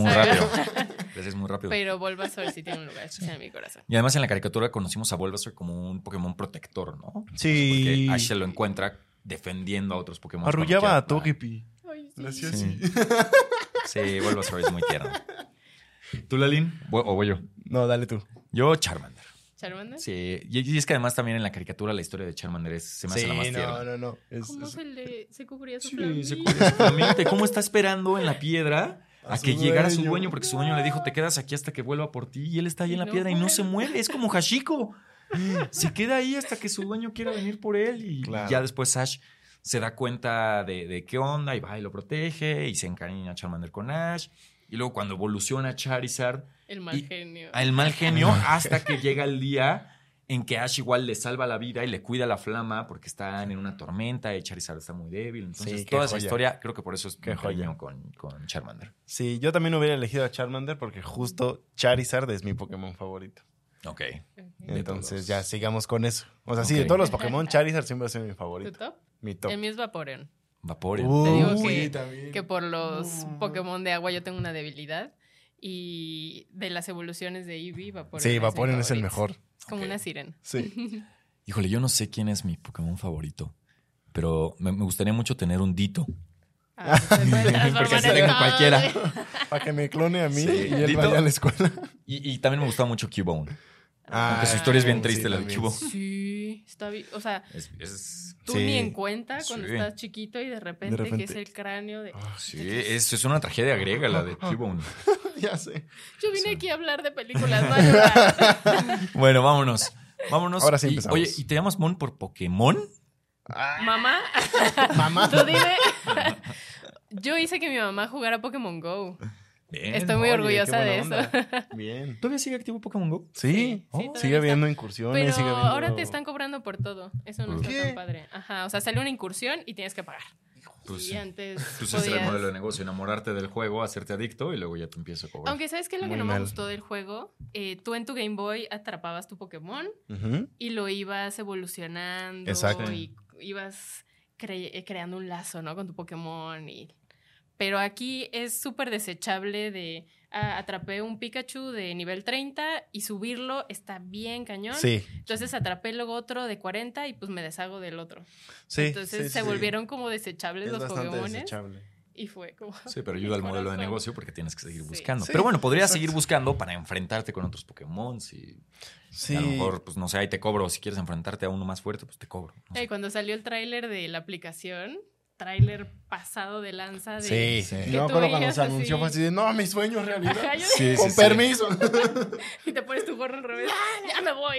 Speaker 1: Gracias.
Speaker 2: muy rápido. Crecías muy rápido.
Speaker 3: Pero Bulbasaur sí tiene un lugar especial en mi corazón.
Speaker 2: Y además en la caricatura conocimos a Bulbasaur como un Pokémon protector, ¿no?
Speaker 1: Sí.
Speaker 2: Porque Ash se lo encuentra defendiendo a otros Pokémon.
Speaker 1: Arrullaba a
Speaker 2: cuando quiera.
Speaker 1: Togepi.
Speaker 3: Ay, sí.
Speaker 1: Le hacía
Speaker 2: Sí.
Speaker 1: así. <laughs>
Speaker 2: Sí, Bulbasaur es muy tierno. ¿Tú, Lalin? ¿O voy yo?
Speaker 1: No, dale tú.
Speaker 2: Yo, Charmander.
Speaker 3: ¿Charmander?
Speaker 2: Sí, y, y es que además también en la caricatura la historia de Charmander es- se me hace la más
Speaker 1: Sí,
Speaker 2: tierna.
Speaker 1: no, no, no. Es-
Speaker 3: ¿Cómo
Speaker 1: es-
Speaker 3: se le se cubría su
Speaker 2: Sí, se
Speaker 3: flamita?
Speaker 2: cubre su
Speaker 3: <laughs>
Speaker 2: flamita. ¿Y ¿Cómo está esperando en la piedra
Speaker 1: A
Speaker 2: a, que
Speaker 1: su
Speaker 2: llegara su
Speaker 1: dueño.
Speaker 2: dueño? Porque su dueño le dijo, te quedas aquí hasta que vuelva por ti. Y él está ahí
Speaker 3: Y
Speaker 2: en la
Speaker 3: no
Speaker 2: piedra y no se
Speaker 3: muere.
Speaker 2: mueve. Es
Speaker 1: <laughs>
Speaker 2: como Hashiko. Se queda ahí hasta que su dueño quiera venir por él. Y
Speaker 1: Claro.
Speaker 2: ya después Ash se da cuenta de, de qué onda y va y lo protege. Y se encariña Charmander con Ash. Y luego cuando evoluciona Charizard
Speaker 3: El mal
Speaker 2: Y-
Speaker 3: genio.
Speaker 2: al mal genio hasta que llega el día en que Ash igual le salva la vida y le cuida la flama porque están en una tormenta y Charizard está muy débil. Entonces,
Speaker 1: Sí, qué
Speaker 2: toda esa
Speaker 1: joya.
Speaker 2: historia, creo que por eso es
Speaker 1: Qué
Speaker 2: que
Speaker 1: joya.
Speaker 2: joya con, con Charmander.
Speaker 1: Sí, yo también hubiera elegido a Charmander porque justo Charizard es mi Pokémon favorito.
Speaker 2: Ok.
Speaker 3: Ok.
Speaker 1: Entonces
Speaker 2: todos.
Speaker 1: ya sigamos con eso. O sea, sí,
Speaker 2: Ok.
Speaker 1: de todos los Pokémon, Charizard siempre ha sido mi
Speaker 3: ¿Tu
Speaker 1: favorito.
Speaker 3: top?
Speaker 1: Mi top.
Speaker 3: El mío es Vaporeon.
Speaker 2: Vaporeon.
Speaker 3: Te digo
Speaker 1: Uy,
Speaker 3: que-
Speaker 1: también.
Speaker 3: que por los
Speaker 1: No.
Speaker 3: Pokémon de agua yo tengo una debilidad. Y de las evoluciones de Eevee, Vaporeon.
Speaker 1: Sí,
Speaker 3: es mi
Speaker 1: Vaporeon es el
Speaker 3: favorito.
Speaker 1: mejor.
Speaker 3: Es Como
Speaker 2: Ok.
Speaker 1: <laughs>
Speaker 3: una sirena. <laughs>
Speaker 1: Sí.
Speaker 2: Híjole, yo no sé quién es mi Pokémon favorito, pero me, me gustaría mucho tener un Dito.
Speaker 3: Ah, se puede transformar
Speaker 2: Porque
Speaker 3: en
Speaker 2: sale con
Speaker 3: todo,
Speaker 2: cualquiera.
Speaker 3: <laughs> güey.
Speaker 1: Para que me clone a mí
Speaker 2: Sí.
Speaker 1: y él
Speaker 2: Dito.
Speaker 1: vaya a la escuela.
Speaker 2: Y, y también me gustaba mucho Cubone.
Speaker 1: Ah,
Speaker 2: Aunque su historia es bien
Speaker 1: sí,
Speaker 2: triste, la de
Speaker 1: también.
Speaker 2: Cubone.
Speaker 3: Sí, está bien. O sea,
Speaker 2: Es- es-
Speaker 3: tú
Speaker 1: Sí.
Speaker 3: ni en cuenta cuando
Speaker 2: Sí. Ah,
Speaker 3: estás chiquito y de repente,
Speaker 1: repente.
Speaker 3: que es el cráneo de.
Speaker 2: sí, es, es una tragedia griega la de <laughs> Cubone.
Speaker 1: <laughs> ya sé.
Speaker 3: Yo vine
Speaker 2: Sí.
Speaker 3: aquí a hablar de películas, no a llorar.
Speaker 2: Bueno, vámonos. Vámonos.
Speaker 1: Ahora sí
Speaker 2: Y,
Speaker 1: empezamos.
Speaker 2: oye, ¿y te llamas Mon por Pokémon?
Speaker 3: <laughs> <laughs> Mamá,
Speaker 1: Ah, Mamá. <laughs>
Speaker 3: tú dime. <laughs> Yo hice que mi mamá jugara Pokémon Go.
Speaker 2: Bien.
Speaker 3: Estoy muy
Speaker 1: Oye,
Speaker 3: orgullosa
Speaker 1: qué
Speaker 3: de
Speaker 1: buena
Speaker 3: eso. <laughs>
Speaker 1: onda. Bien.
Speaker 2: ¿Todavía sigue activo Pokémon Go?
Speaker 1: Sí, Oh,
Speaker 3: Sí, todavía
Speaker 1: sigue
Speaker 3: está.
Speaker 1: habiendo incursiones.
Speaker 3: Pero
Speaker 1: sigue habiendo-
Speaker 3: ahora te están cobrando por todo. Eso no
Speaker 1: ¿Qué?
Speaker 3: está tan padre. Ajá, o sea, sale una incursión y tienes que pagar.
Speaker 2: Pues
Speaker 3: y
Speaker 2: sí.
Speaker 3: antes
Speaker 2: Pues ese era el
Speaker 3: podías-
Speaker 2: modelo de negocio, enamorarte del juego, hacerte adicto y luego ya te empiezo a cobrar.
Speaker 3: Aunque sabes que lo que
Speaker 1: Muy
Speaker 3: no
Speaker 1: mal.
Speaker 3: me gustó del juego, Eh, tú en tu Game Boy atrapabas tu Pokémon
Speaker 1: Ujú.
Speaker 3: y lo ibas evolucionando
Speaker 1: Exacto.
Speaker 3: y ibas cre- eh, creando un lazo, ¿no? Con tu Pokémon y... Pero aquí es súper desechable de ah, atrapé un Pikachu de nivel 30 y subirlo está bien cañón.
Speaker 1: Sí,
Speaker 3: Entonces atrapé luego otro de 40 y pues me deshago del otro.
Speaker 1: sí. sí,
Speaker 3: Entonces se
Speaker 1: sí.
Speaker 3: volvieron como desechables
Speaker 1: Es
Speaker 3: los
Speaker 1: bastante
Speaker 3: Pokémones
Speaker 1: desechable.
Speaker 3: y fue como...
Speaker 2: Sí, pero ayuda
Speaker 3: Mi
Speaker 2: al modelo de
Speaker 3: corazón.
Speaker 2: negocio porque tienes que seguir
Speaker 3: Sí.
Speaker 2: buscando.
Speaker 1: Sí,
Speaker 2: pero bueno, podrías seguir
Speaker 1: exacto.
Speaker 2: buscando para enfrentarte con otros Pokémon. Si
Speaker 1: Sí.
Speaker 2: a lo mejor, pues no sé, ahí te cobro. Si quieres enfrentarte a uno más fuerte, pues te cobro. No sé.
Speaker 3: Ey, eh, cuando salió el tráiler de la aplicación, tráiler pasado de lanza de...
Speaker 1: Sí,
Speaker 2: Sí.
Speaker 1: sí. Yo me
Speaker 2: Que
Speaker 3: tú
Speaker 1: acuerdo cuando
Speaker 3: veías
Speaker 1: se anunció
Speaker 3: así.
Speaker 1: fue así de, no, mi sueño es
Speaker 3: <laughs>
Speaker 1: realidad.
Speaker 3: Ajá, yo-
Speaker 2: Sí,
Speaker 1: Con
Speaker 2: sí, sí.
Speaker 1: permiso.
Speaker 3: Y te pones tu gorro al revés. ¡Ya me voy!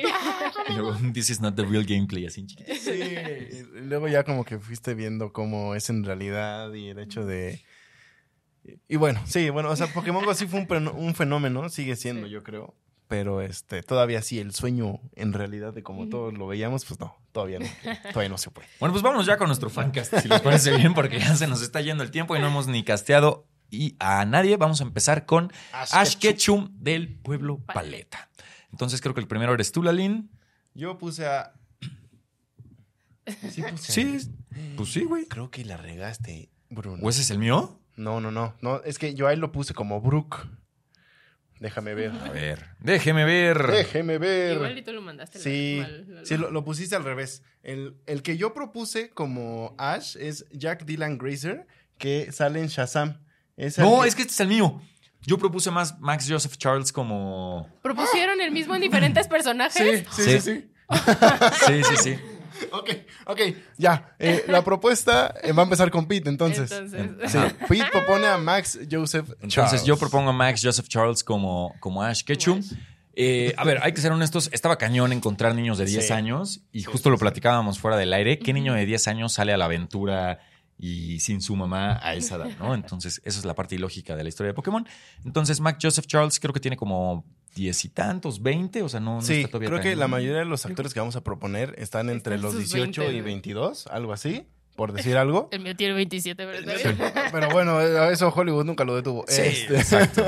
Speaker 2: Y luego, This is not the real gameplay, así chiquito.
Speaker 1: Sí. Y luego ya como que fuiste viendo cómo es en realidad y el hecho de... Y bueno, sí, bueno, o sea, Pokémon Go sí fue un, preno- un fenómeno, sigue siendo,
Speaker 3: Sí.
Speaker 1: yo creo. Pero este, todavía sí, el sueño en realidad de como
Speaker 3: Ujú.
Speaker 1: todos lo veíamos, pues no, todavía no, todavía no se puede.
Speaker 2: Bueno, pues vámonos ya con nuestro fancast, si les parece bien, porque ya se nos está yendo el tiempo y no hemos ni casteado y a nadie. Vamos a empezar con Ash Ketchum del pueblo Paleta. Entonces creo que el primero eres tú, Lalín.
Speaker 1: Yo puse a... Sí, puse
Speaker 2: Sí, pues sí, güey.
Speaker 1: Creo que la regaste, Bruno.
Speaker 2: ¿O ese es el mío?
Speaker 1: Pues, No, no, no, no. Es que yo ahí lo puse como Brook. Déjame ver.
Speaker 2: A ver, déjeme ver.
Speaker 1: Déjeme
Speaker 3: Igual y
Speaker 1: ver.
Speaker 3: tú lo mandaste. la-
Speaker 1: Sí,
Speaker 3: mal, la-
Speaker 1: sí lo, lo pusiste al revés. El, el que yo propuse como Ash es Jack Dylan Grazer, que sale en Shazam. Es
Speaker 2: no,
Speaker 1: al
Speaker 2: es que este es el mío. Yo propuse más Max Joseph Charles como.
Speaker 3: Propusieron el mismo en diferentes personajes.
Speaker 1: Sí, sí, sí.
Speaker 2: Sí.
Speaker 1: sí.
Speaker 2: <laughs> Sí, sí, sí.
Speaker 1: Ok, ok, ya. Eh, la propuesta eh, va a empezar con Pete, entonces.
Speaker 3: <laughs> Entonces,
Speaker 1: <laughs> Sí, Pete propone a Max Joseph Charles.
Speaker 2: Entonces yo propongo a Max Joseph Charles como, como Ash Ketchum. Eh, a ver, hay que ser honestos. Estaba cañón encontrar niños de 10
Speaker 1: Sí.
Speaker 2: años y
Speaker 1: Sí, sí,
Speaker 2: justo lo
Speaker 1: sí.
Speaker 2: platicábamos fuera del aire. ¿Qué
Speaker 3: Ujú.
Speaker 2: niño de 10 años sale a la aventura y sin su mamá a esa edad,
Speaker 3: <laughs>
Speaker 2: no? Entonces, esa es la parte ilógica de la historia de Pokémon. Entonces, Max Joseph Charles creo que tiene como diez y tantos, 20, o sea, no, no
Speaker 1: Sí,
Speaker 2: está todavía
Speaker 1: creo
Speaker 2: tan-
Speaker 1: que la mayoría de los actores que vamos a proponer están entre
Speaker 3: Están
Speaker 1: los
Speaker 3: sus
Speaker 1: 18
Speaker 3: 20,
Speaker 1: y
Speaker 3: güey.
Speaker 1: 22, algo así, por decir <laughs> algo.
Speaker 3: el mío tiene 27, pero está bien.
Speaker 1: Pero bueno, eh, eso Hollywood nunca lo detuvo.
Speaker 2: Sí,
Speaker 1: Este, <laughs>
Speaker 2: exacto.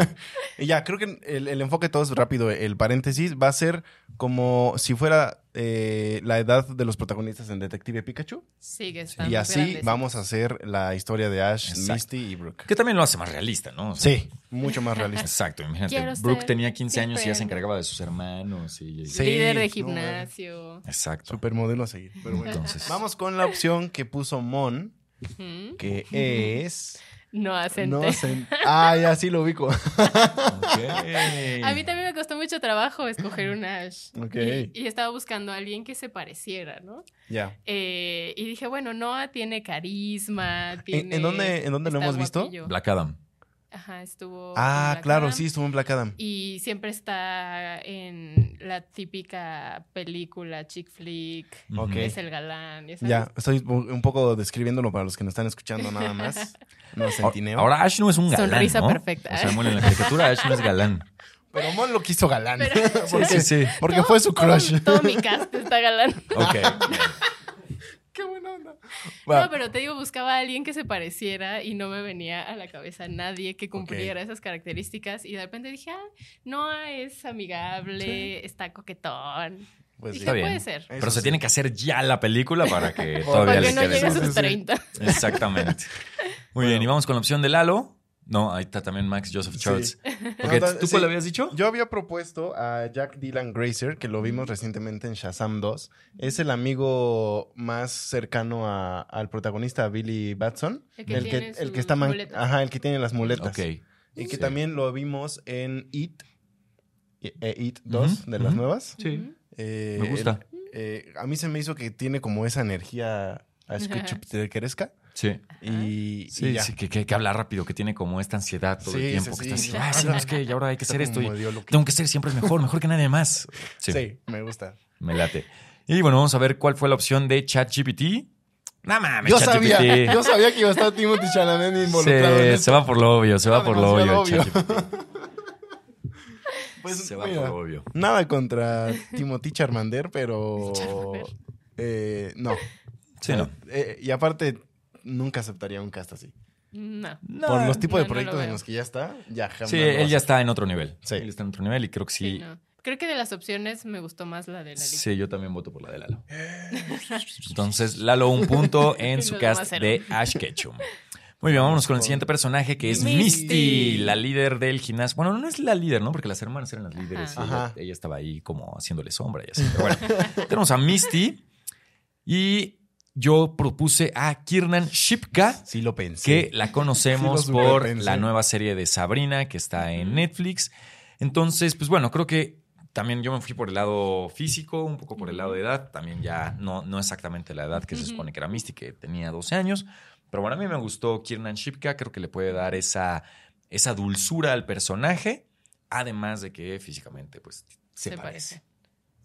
Speaker 1: y ya, creo que el, el enfoque todo es rápido. El paréntesis va a ser como si fuera eh, la edad de los protagonistas en Detective Pikachu.
Speaker 3: Sigue estando
Speaker 1: y así
Speaker 3: grandecito.
Speaker 1: vamos a hacer la historia de Ash,
Speaker 2: Exacto.
Speaker 1: Misty y Brooke.
Speaker 2: Que también lo hace más realista, ¿no? O sea,
Speaker 1: Sí, mucho más realista.
Speaker 2: Exacto, imagínate.
Speaker 3: Quiero
Speaker 2: Brooke
Speaker 3: ser
Speaker 2: tenía 15 años y ya se
Speaker 3: diferente.
Speaker 2: encargaba de sus hermanos. Y,
Speaker 1: Sí,
Speaker 3: Líder de
Speaker 1: no, mames.
Speaker 3: gimnasio.
Speaker 2: Exacto.
Speaker 1: Supermodelo a seguir.
Speaker 3: <laughs>
Speaker 1: Pero bueno.
Speaker 2: Entonces.
Speaker 1: Vamos con la opción que puso Mon,
Speaker 3: ¿Mm?
Speaker 1: que es...
Speaker 3: No hacen.
Speaker 1: No hacen. Ah, ya sí lo ubico.
Speaker 2: Ok.
Speaker 3: <laughs> A mí también me costó mucho trabajo escoger un Ash.
Speaker 1: Ok.
Speaker 3: Y, y estaba buscando a alguien que se pareciera, ¿no?
Speaker 1: Ya.
Speaker 3: Eh, y dije, bueno, Noah tiene carisma,
Speaker 1: ¿En,
Speaker 3: tiene...
Speaker 1: en dónde, ¿En dónde lo
Speaker 3: está
Speaker 1: hemos visto?
Speaker 3: guapillo.
Speaker 2: Black Adam.
Speaker 3: Ajá, estuvo... en
Speaker 1: Ah,
Speaker 3: Black
Speaker 1: claro,
Speaker 3: Adam.
Speaker 1: sí, estuvo en Black Adam.
Speaker 3: Y siempre está en la típica película chick flick,
Speaker 2: Ujú.
Speaker 1: Ok.
Speaker 3: es el galán, ya sabes.
Speaker 1: Ya, estoy un un poco describiéndolo para los que nos están escuchando nada más.
Speaker 3: <laughs>
Speaker 1: No centineo.
Speaker 2: Ahora Ash no es un galán.
Speaker 3: Sonrisa
Speaker 2: ¿no?
Speaker 3: perfecta.
Speaker 2: O sea, bueno, en la caricatura Ash no
Speaker 1: <laughs>
Speaker 2: es galán.
Speaker 1: Pero Mon lo quiso galán.
Speaker 3: Pero-
Speaker 1: <laughs> porque
Speaker 2: Sí, sí, sí.
Speaker 1: porque fue su
Speaker 3: Todo-
Speaker 1: crush. <laughs>
Speaker 3: Todo, mi cast está galán.
Speaker 2: Ok.
Speaker 1: Qué buena onda.
Speaker 3: No, pero te digo, buscaba a alguien que se pareciera y no me venía a la cabeza nadie que cumpliera esas características. Y de repente dije, ah, Noah es amigable, está coquetón.
Speaker 1: Pues sí.
Speaker 3: dije,
Speaker 2: está bien.
Speaker 3: puede ser.
Speaker 1: Eso
Speaker 2: Pero se
Speaker 1: sí.
Speaker 2: tiene que hacer ya la película para que todavía
Speaker 1: Porque
Speaker 3: Porque
Speaker 2: les
Speaker 3: no
Speaker 2: quede.
Speaker 3: llega a
Speaker 1: Sí, sí,
Speaker 3: sus
Speaker 1: sí.
Speaker 3: 30.
Speaker 2: Exactamente. Muy bien,
Speaker 1: Bueno.
Speaker 2: y vamos con la opción de Lalo. No, ahí está también Max Joseph
Speaker 1: Sí.
Speaker 2: Charles. Ok,
Speaker 1: No, no,
Speaker 2: ¿Tú
Speaker 1: sí.
Speaker 2: cuál habías dicho?
Speaker 1: Yo había propuesto a Jack Dylan Grazer, que lo vimos recientemente en Shazam 2. Es el amigo más cercano a- al protagonista, a Billy Batson.
Speaker 3: El que tiene
Speaker 1: el
Speaker 3: sus
Speaker 1: que está man- ah,
Speaker 3: muletas.
Speaker 1: Ajá, el que tiene las muletas.
Speaker 2: Ok.
Speaker 1: Y que
Speaker 2: Sí.
Speaker 1: también lo vimos en It. e- e- It 2,
Speaker 2: Ujú,
Speaker 1: de las
Speaker 2: ujú.
Speaker 1: nuevas.
Speaker 2: Sí.
Speaker 1: Eh,
Speaker 2: Me gusta.
Speaker 1: el- eh, a mí se me hizo que tiene como esa energía a Skechuptequeresca.
Speaker 2: Sí.
Speaker 1: Y, y
Speaker 2: Sí,
Speaker 1: ya.
Speaker 2: sí, que, que- que habla rápido, que tiene como esta ansiedad todo
Speaker 1: Sí,
Speaker 2: el tiempo.
Speaker 1: sí,
Speaker 2: que
Speaker 1: sí.
Speaker 2: está así, ah, sí, no, es que y ahora hay que
Speaker 1: Está
Speaker 2: hacer
Speaker 1: como
Speaker 2: esto y
Speaker 1: medio loquito.
Speaker 2: tengo que ser siempre el mejor, mejor que nadie más. Sí,
Speaker 1: Sí, me gusta.
Speaker 2: me late. Y bueno, vamos a ver cuál fue la opción de ChatGPT. No mames,
Speaker 1: Yo
Speaker 2: ChatGPT.
Speaker 1: sabía, yo sabía que iba a estar Timothy Chalamet involucrado en
Speaker 2: se,
Speaker 1: esto.
Speaker 2: se va por lo obvio, se va
Speaker 1: Está
Speaker 2: por lo obvio.
Speaker 1: demasiado
Speaker 2: el
Speaker 1: obvio.
Speaker 2: ChatGPT.
Speaker 1: <laughs> Pues,
Speaker 2: se va
Speaker 1: mira,
Speaker 2: por lo obvio.
Speaker 1: Nada contra Timothy Charmander, pero
Speaker 3: Charmander.
Speaker 1: eh, no.
Speaker 2: Sí, no.
Speaker 1: Eh, y aparte, nunca aceptaría un cast así.
Speaker 3: No.
Speaker 1: Por los tipos de
Speaker 3: No, no lo
Speaker 1: proyectos en
Speaker 3: veo.
Speaker 1: los que ya está, ya jamás.
Speaker 2: Sí,
Speaker 1: lo
Speaker 2: él
Speaker 1: hace.
Speaker 2: ya está en otro nivel.
Speaker 1: Sí.
Speaker 2: Él está en otro nivel y creo que
Speaker 3: Sí,
Speaker 2: sí.
Speaker 3: no. Creo que de las opciones me gustó más la de la lista.
Speaker 2: Sí, yo también voto por la de
Speaker 3: <laughs>
Speaker 2: Lalo. Entonces, Lalo, un punto en
Speaker 3: Y
Speaker 2: su
Speaker 3: los demás
Speaker 2: cast
Speaker 3: cero.
Speaker 2: de Ash Ketchum. Muy bien, vámonos con el siguiente personaje que es Misty,
Speaker 1: Misty.
Speaker 2: la líder del gimnasio. Bueno, no es la líder, ¿no? Porque las hermanas eran las líderes. y
Speaker 1: Ajá.
Speaker 2: Ella, ella estaba ahí como haciéndole sombra y así. Pero
Speaker 3: <laughs>
Speaker 2: bueno, tenemos a Misty y yo propuse a Kiernan Shipka
Speaker 1: Sí lo pensé.
Speaker 2: que la conocemos
Speaker 1: Sí, lo
Speaker 2: por
Speaker 1: superpensé.
Speaker 2: la nueva serie de Sabrina que está en
Speaker 3: Ujú.
Speaker 2: Netflix. Entonces, pues bueno, creo que también yo me fui por el lado físico, un poco por el lado de edad. También ya no, no exactamente la edad que se
Speaker 3: Ujú.
Speaker 2: supone que era Misty, que tenía 12 años. Pero bueno, a mí me gustó Kiernan Shipka. Creo que le puede dar esa, esa dulzura al personaje. Además de que físicamente, pues, se,
Speaker 3: Se
Speaker 2: parece.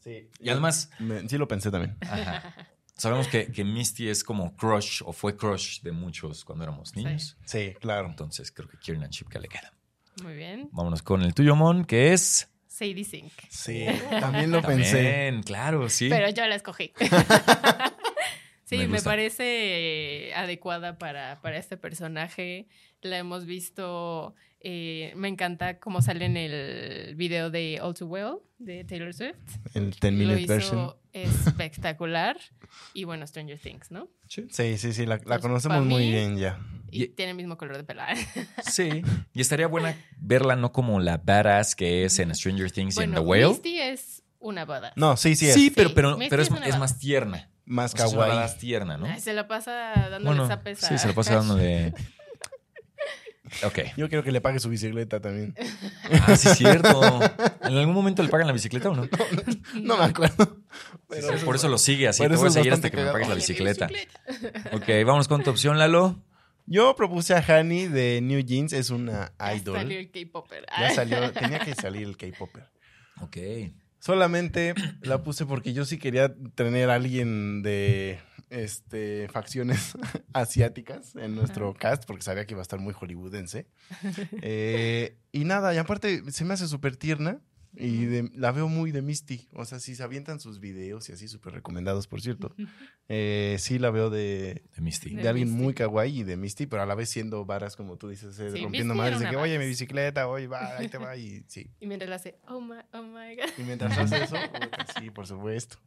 Speaker 3: parece.
Speaker 1: Sí.
Speaker 2: Y además,
Speaker 1: Me- sí lo pensé también.
Speaker 2: ajá, sabemos que, que Misty es como crush o fue crush de muchos cuando éramos
Speaker 3: Sí.
Speaker 2: niños.
Speaker 1: Sí, claro.
Speaker 2: Entonces creo que Kieran Shipka le queda.
Speaker 3: Muy bien.
Speaker 2: Vámonos con el tuyo, Mon, que es.
Speaker 3: Sadie Sink.
Speaker 1: Sí, también lo
Speaker 2: También,
Speaker 1: pensé.
Speaker 2: claro, sí.
Speaker 3: Pero yo
Speaker 2: <laughs>
Speaker 3: la escogí. sí,
Speaker 2: Me
Speaker 3: me,
Speaker 2: gusta.
Speaker 3: parece eh, adecuada para, para este personaje. La hemos visto. eh, me encanta cómo sale en el video de All Too Well de Taylor Swift.
Speaker 1: El 10
Speaker 3: Lo
Speaker 1: minute
Speaker 3: hizo
Speaker 1: version.
Speaker 3: espectacular. Y bueno, Stranger Things, ¿no?
Speaker 1: Sí, sí, sí, la, la
Speaker 3: Entonces,
Speaker 1: conocemos
Speaker 3: pa'
Speaker 1: muy
Speaker 3: mí-
Speaker 1: bien ya.
Speaker 3: Y,
Speaker 2: Y-
Speaker 3: tiene el mismo color de pelo. <laughs>
Speaker 2: Sí. Y estaría buena verla no como la badass que es en Stranger Things y en The Whale.
Speaker 3: Misty es una boda.
Speaker 1: No, sí, sí,
Speaker 2: sí,
Speaker 1: es
Speaker 2: pero, pero,
Speaker 3: Misty
Speaker 2: pero es,
Speaker 3: es una
Speaker 2: es
Speaker 3: badass.
Speaker 2: más tierna.
Speaker 1: más
Speaker 2: O sea, es una
Speaker 1: kawaii.
Speaker 2: badass tierna, ¿no?
Speaker 3: Ay, Se la pasa dándole
Speaker 2: Bueno,
Speaker 3: zapes a
Speaker 2: sí, se lo pasa
Speaker 3: Ash.
Speaker 2: dándole.
Speaker 3: <laughs>
Speaker 2: Ok.
Speaker 1: Yo quiero que le pague su bicicleta también.
Speaker 2: Ah, sí, es cierto. ¿En algún momento le pagan la bicicleta o no?
Speaker 1: <laughs> No me acuerdo.
Speaker 2: Sí,
Speaker 1: Pero
Speaker 2: sí, por eso lo sigue así.
Speaker 1: por
Speaker 2: Te
Speaker 1: eso
Speaker 2: voy a
Speaker 1: es
Speaker 2: seguir hasta
Speaker 1: bastante
Speaker 2: que
Speaker 1: cagado.
Speaker 2: me pagues la
Speaker 1: Oye, mi
Speaker 2: bicicleta.
Speaker 3: <laughs>
Speaker 2: Ok, vámonos con tu opción, Lalo.
Speaker 1: Yo propuse a Hani de New Jeans, es una
Speaker 3: Ya
Speaker 1: idol.
Speaker 3: salió el K-Popper. <laughs>
Speaker 1: Ya salió, tenía que salir el K-Popper.
Speaker 2: Ok.
Speaker 1: Solamente la puse porque yo sí quería tener a alguien de este, facciones <laughs> asiáticas en nuestro cast, porque sabía que iba a estar muy hollywoodense. Eh, y nada, y aparte se me hace súper tierna y de- la veo muy de Misty. O sea, si se avientan sus videos y así, súper recomendados, por
Speaker 3: <laughs>
Speaker 1: cierto. Eh, sí la veo de,
Speaker 2: De Misty.
Speaker 1: de
Speaker 3: De
Speaker 1: alguien
Speaker 3: Misty.
Speaker 1: muy kawaii y de Misty, pero a la vez siendo varas, como tú dices, eh,
Speaker 3: Sí,
Speaker 1: rompiendo
Speaker 3: Misty
Speaker 1: madres
Speaker 3: era
Speaker 1: de
Speaker 3: una
Speaker 1: que, oye,
Speaker 3: varas.
Speaker 1: mi bicicleta, oye, va, ahí te va, y sí.
Speaker 3: Y mientras la hace, oh my, oh my god.
Speaker 1: Y
Speaker 3: <laughs>
Speaker 1: mientras hace eso, puta, sí, por supuesto.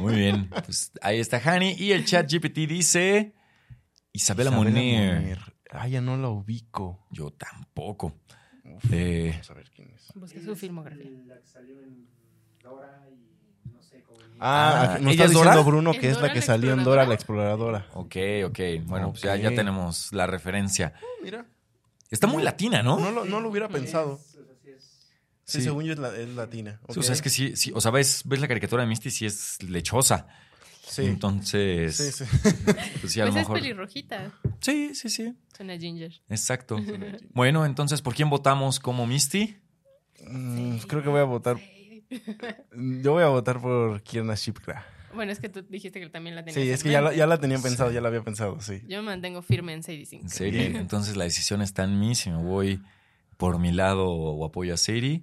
Speaker 2: Muy bien. Pues ahí está Hani. Y el chat GPT dice Isabela, Moner.
Speaker 1: Moner. Ah, ya no la ubico.
Speaker 2: Yo tampoco.
Speaker 1: Uf,
Speaker 2: De-
Speaker 1: Vamos a ver quién es.
Speaker 3: Busca su filmografía.
Speaker 4: La que salió en Dora y
Speaker 1: Ah,
Speaker 2: Ah,
Speaker 1: nos
Speaker 2: ¿ella
Speaker 1: está
Speaker 2: es
Speaker 1: diciendo
Speaker 2: Dora?
Speaker 1: Bruno
Speaker 3: ¿Es
Speaker 1: que es
Speaker 3: Dora
Speaker 1: la que
Speaker 3: la
Speaker 1: salió en Dora la Exploradora.
Speaker 2: Ok, ok. Bueno, pues ya,
Speaker 1: Ok.
Speaker 2: ya tenemos la referencia.
Speaker 1: Mira,
Speaker 2: Está muy latina, ¿no?
Speaker 1: no lo, no lo hubiera pensado. Sí,
Speaker 2: Sí.
Speaker 1: según yo es, la- es latina.
Speaker 2: Sí, O sea,
Speaker 1: Ok.
Speaker 2: es que sí, sí, o sea, ves, ves la caricatura de Misty y sí es lechosa.
Speaker 1: Sí.
Speaker 2: Entonces,
Speaker 1: Sí, sí.
Speaker 2: pues sí, a lo
Speaker 3: Pues es
Speaker 2: mejor.
Speaker 3: pelirrojita.
Speaker 2: Sí, sí, sí.
Speaker 3: Suena Ginger.
Speaker 2: Exacto. Bueno, entonces, ¿por quién votamos como Misty?
Speaker 1: Mm, creo que voy a votar. Yo voy a votar por Kierna Shipka.
Speaker 3: Bueno, es que tú dijiste que también la tenías.
Speaker 1: Sí, es
Speaker 3: en
Speaker 1: que ya la,
Speaker 3: mente.
Speaker 1: ya la tenía pensado, ya la había pensado, sí.
Speaker 3: Yo me mantengo firme en Sadie Sink.
Speaker 2: En Sadie. Entonces, la decisión está en mí. Si me voy por mi lado o apoyo a Sadie.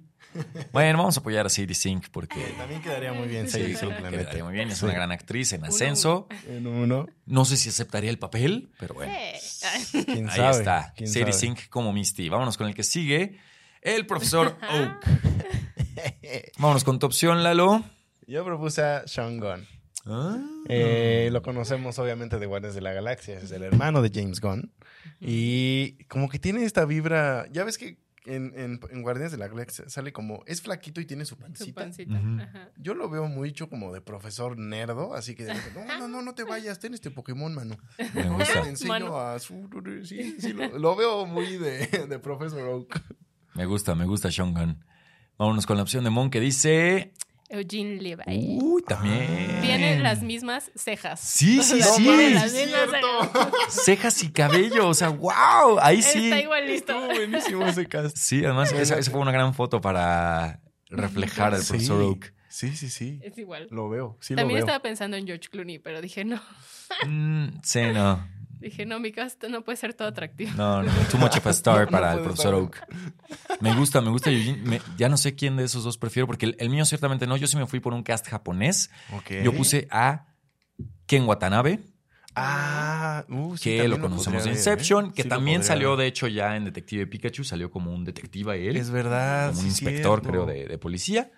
Speaker 2: Bueno, vamos a apoyar a Sadie Sink porque
Speaker 1: Eh, También quedaría muy bien
Speaker 3: Sí,
Speaker 1: Sadie
Speaker 3: sí,
Speaker 1: Sink, la
Speaker 2: quedaría
Speaker 1: neta.
Speaker 2: muy bien. Es
Speaker 1: Sí.
Speaker 2: una gran actriz en
Speaker 3: Uno,
Speaker 2: ascenso.
Speaker 1: En uno,
Speaker 2: No sé si aceptaría el papel, pero bueno.
Speaker 3: Sí.
Speaker 1: quién
Speaker 2: Ahí
Speaker 1: sabe.
Speaker 2: está.
Speaker 1: quién sabe.
Speaker 2: Sadie Sink como Misty. Vámonos con el que sigue. El
Speaker 3: <laughs>
Speaker 2: profesor Oak. Vámonos con tu opción, Lalo.
Speaker 1: <laughs> Yo propuse a Sean Gunn.
Speaker 2: Ah.
Speaker 1: Eh, lo conocemos obviamente de Guardianes de la Galaxia, es el hermano de James Gunn. Y como que tiene esta vibra, ya ves que en, en- en Guardianes de la Galaxia sale como, es flaquito y tiene su
Speaker 3: <laughs> Su
Speaker 1: pancita.
Speaker 3: pancita.
Speaker 2: Ujú.
Speaker 3: Ajá.
Speaker 1: Yo lo veo mucho como de profesor nerdo, así que de repente, no, no, no, no te vayas, ten este Pokémon, mano.
Speaker 2: Me
Speaker 1: Ahorita
Speaker 2: gusta.
Speaker 1: te enseño
Speaker 3: Mano.
Speaker 1: a su... Sí, sí, lo, lo veo muy de, de Professor Oak.
Speaker 2: Me gusta, me gusta Sean Gunn. Vámonos con la opción de Mon que dice.
Speaker 3: Eugene Levi.
Speaker 2: Uy, también.
Speaker 3: Tiene las mismas cejas.
Speaker 2: Uh. Sí, <laughs> sí,
Speaker 3: Las
Speaker 2: sí.
Speaker 3: tiene las
Speaker 1: ¡Sí, es
Speaker 3: mismas cejas.
Speaker 1: cierto!
Speaker 2: cejas y cabello. O sea, wow. Ahí sí.
Speaker 3: Está igualito.
Speaker 1: buenísimo ese cast.
Speaker 2: Sí, además, esa, esa fue una gran foto para reflejar al
Speaker 1: Sí.
Speaker 2: profesor Oak.
Speaker 1: Sí, sí, sí.
Speaker 3: Es igual.
Speaker 1: Lo veo, sí
Speaker 3: También
Speaker 1: lo veo.
Speaker 3: estaba pensando en George Clooney, pero dije no.
Speaker 2: Mm, sí, no.
Speaker 3: Dije no, mi cast no puede ser todo atractivo.
Speaker 2: No, no. Too much of a
Speaker 1: <laughs>
Speaker 2: star
Speaker 1: No, no
Speaker 2: para el
Speaker 1: puede
Speaker 2: profesor
Speaker 1: estar.
Speaker 2: Oak. Me gusta, me gusta Eugene. Me- ya no sé quién de esos dos prefiero, porque el, el mío ciertamente no. Yo sí me fui por un cast japonés.
Speaker 1: Ok.
Speaker 2: Yo puse a Ken Watanabe.
Speaker 1: Ah, uh, sí,
Speaker 2: que
Speaker 1: también
Speaker 2: lo
Speaker 1: podría
Speaker 2: conocemos de
Speaker 1: ver, ¿eh?
Speaker 2: Inception, que
Speaker 1: Sí lo
Speaker 2: también
Speaker 1: podría
Speaker 2: salió,
Speaker 1: ver.
Speaker 2: de hecho, ya en Detective Pikachu, salió como un detective él,
Speaker 1: Es verdad.
Speaker 2: como un
Speaker 1: sí,
Speaker 2: inspector,
Speaker 1: cierto.
Speaker 2: creo, de, de policía.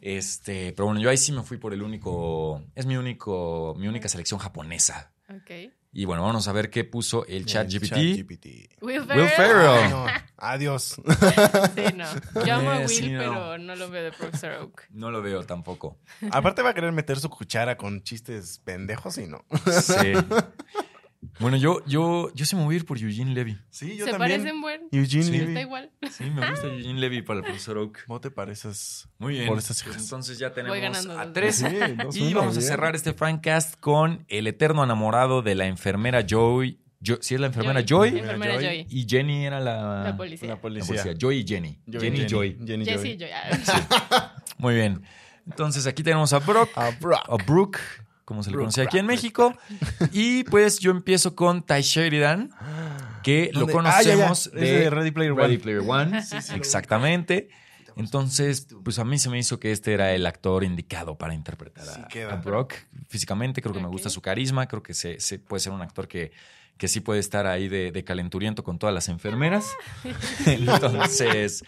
Speaker 2: Este, pero bueno, yo ahí sí me fui por el único, es mi único, mi única selección japonesa.
Speaker 3: Ok.
Speaker 2: Y bueno, vamos a ver qué puso el chat
Speaker 1: El
Speaker 2: GPT.
Speaker 1: ChatGPT.
Speaker 3: Will Ferrell.
Speaker 2: Will Ferrell.
Speaker 1: Ay, no. Adiós. <laughs>
Speaker 3: Sí, no. Yo amo a
Speaker 2: Eh,
Speaker 3: Will,
Speaker 2: sí, no.
Speaker 3: pero no lo veo de Professor Oak.
Speaker 2: No lo veo tampoco.
Speaker 1: Aparte va a querer meter su cuchara con chistes pendejos y no.
Speaker 2: Sí. <laughs> Bueno, yo, yo, yo sí me voy a ir por Eugene Levy.
Speaker 1: Sí, yo
Speaker 3: Se
Speaker 1: también.
Speaker 3: parecen buen.
Speaker 1: Eugene
Speaker 2: Sí.
Speaker 1: Levy.
Speaker 3: Está igual.
Speaker 2: Sí, me gusta Eugene Levy para el profesor Oak.
Speaker 1: ¿Cómo te pareces?
Speaker 2: Muy bien.
Speaker 1: Por esas
Speaker 2: Pues
Speaker 1: hijas.
Speaker 2: entonces ya tenemos
Speaker 3: ganando
Speaker 2: a
Speaker 3: dos.
Speaker 2: tres.
Speaker 1: Sí, dos,
Speaker 2: Y
Speaker 1: uno,
Speaker 2: vamos a
Speaker 1: bien.
Speaker 2: cerrar este Francast con el eterno enamorado de la enfermera Joy. si es la enfermera Joy.
Speaker 1: Joy.
Speaker 3: Enfermera
Speaker 1: Joy.
Speaker 3: Joy.
Speaker 2: Y Jenny era la,
Speaker 3: La policía.
Speaker 1: La
Speaker 2: la
Speaker 1: policía.
Speaker 2: policía. Joy y Jenny. Jenny, y Joy.
Speaker 1: Jenny
Speaker 3: Jessie
Speaker 1: Joy.
Speaker 3: Joy. Ah, <laughs>
Speaker 2: Muy bien. Entonces aquí tenemos a Brock,
Speaker 1: Ah, bro.
Speaker 2: a Brooke, como se le
Speaker 1: Brooke,
Speaker 2: conoce aquí en
Speaker 1: Brooke. <laughs>
Speaker 2: México. Y pues yo empiezo con Ty Sheridan, que lo
Speaker 1: ¿Dónde? Ah, ya, ya.
Speaker 2: conocemos
Speaker 1: Es
Speaker 2: de
Speaker 1: Ready Player
Speaker 2: Ready
Speaker 1: One.
Speaker 2: Player One. Exactamente. Entonces, pues a mí se me hizo que este era el actor indicado para interpretar a,
Speaker 1: Sí queda.
Speaker 2: a Brock. Físicamente creo que me
Speaker 3: Ok.
Speaker 2: gusta su carisma, creo que se, se- puede ser un actor que, que sí puede estar ahí de, de calenturiento con todas las
Speaker 3: <laughs>
Speaker 2: enfermeras. Entonces,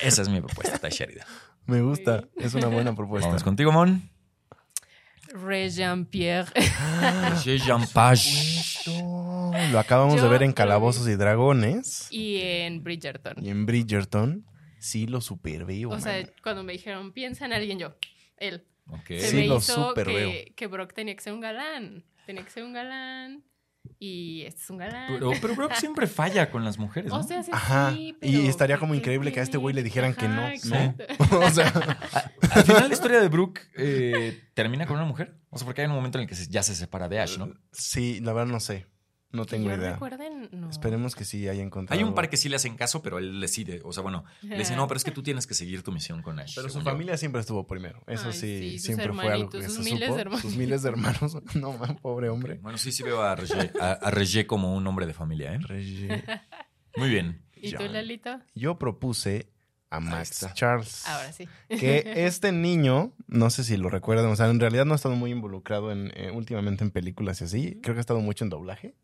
Speaker 2: esa es mi propuesta, Ty Sheridan.
Speaker 1: Me gusta. Es una buena propuesta.
Speaker 2: Vamos contigo, Mon.
Speaker 3: Ray Jean-Pierre.
Speaker 1: Ah,
Speaker 2: Monsieur Jean
Speaker 1: pues,
Speaker 2: Page.
Speaker 1: No, Lo acabamos de
Speaker 3: Yo
Speaker 1: ver en
Speaker 3: lo vi.
Speaker 1: Calabozos y Dragones
Speaker 3: Y en Bridgerton.
Speaker 1: y en Bridgerton. Sí, lo superveo.
Speaker 3: O sea,
Speaker 1: man.
Speaker 3: cuando me dijeron, piensa en alguien, yo, él.
Speaker 2: Ok.
Speaker 3: Se
Speaker 1: Sí,
Speaker 3: me
Speaker 1: lo
Speaker 3: hizo
Speaker 1: súper veo.
Speaker 3: que, que Brock tenía que ser un galán. Tenía que ser un galán. Y este es un galán.
Speaker 2: Pero, pero Brock siempre falla con las mujeres.
Speaker 1: Oh,
Speaker 2: ¿no?
Speaker 3: o sea, sí,
Speaker 1: Ajá,
Speaker 3: sí,
Speaker 1: y
Speaker 3: pero
Speaker 1: estaría
Speaker 3: ¿qué
Speaker 1: como increíble que a este güey le dijeran que no, ¿no?
Speaker 3: exacto.
Speaker 1: <laughs> o sea,
Speaker 2: Al final, la historia de Brooke eh, termina con una mujer. O sea, porque hay un momento en el que se- ya se separa de Ash, ¿no?
Speaker 1: sí, la verdad no sé. No
Speaker 3: Que
Speaker 1: tengo
Speaker 3: yo
Speaker 1: idea.
Speaker 3: recuerden, no.
Speaker 1: Esperemos que sí haya encontrado.
Speaker 2: Hay un par que sí le hacen caso, pero él decide. O sea, bueno, le dice, no, pero es que tú tienes que seguir tu misión con Ash.
Speaker 1: Pero su
Speaker 2: según yo".
Speaker 1: familia siempre estuvo primero. Eso
Speaker 3: Ay,
Speaker 1: sí,
Speaker 3: sí, sus
Speaker 1: siempre fue algo que
Speaker 3: hermanitos,
Speaker 1: se
Speaker 3: sus miles
Speaker 1: supo.
Speaker 3: de hermanos.
Speaker 1: Sus miles de hermanos. <laughs> No, man, pobre hombre.
Speaker 2: Bueno, sí, sí veo a Regé, a- a Regé como un hombre de familia, ¿eh?
Speaker 1: Regi-
Speaker 2: Muy bien.
Speaker 3: ¿Y tú,
Speaker 1: John.
Speaker 3: Lalito?
Speaker 1: <laughs> Yo propuse a Max
Speaker 2: está.
Speaker 1: Charles.
Speaker 3: Ahora sí.
Speaker 1: que
Speaker 3: <laughs>
Speaker 1: este niño, no sé si lo recuerdan, o sea, en realidad no ha estado muy involucrado en, eh, últimamente en películas y así, creo que ha estado mucho en doblaje,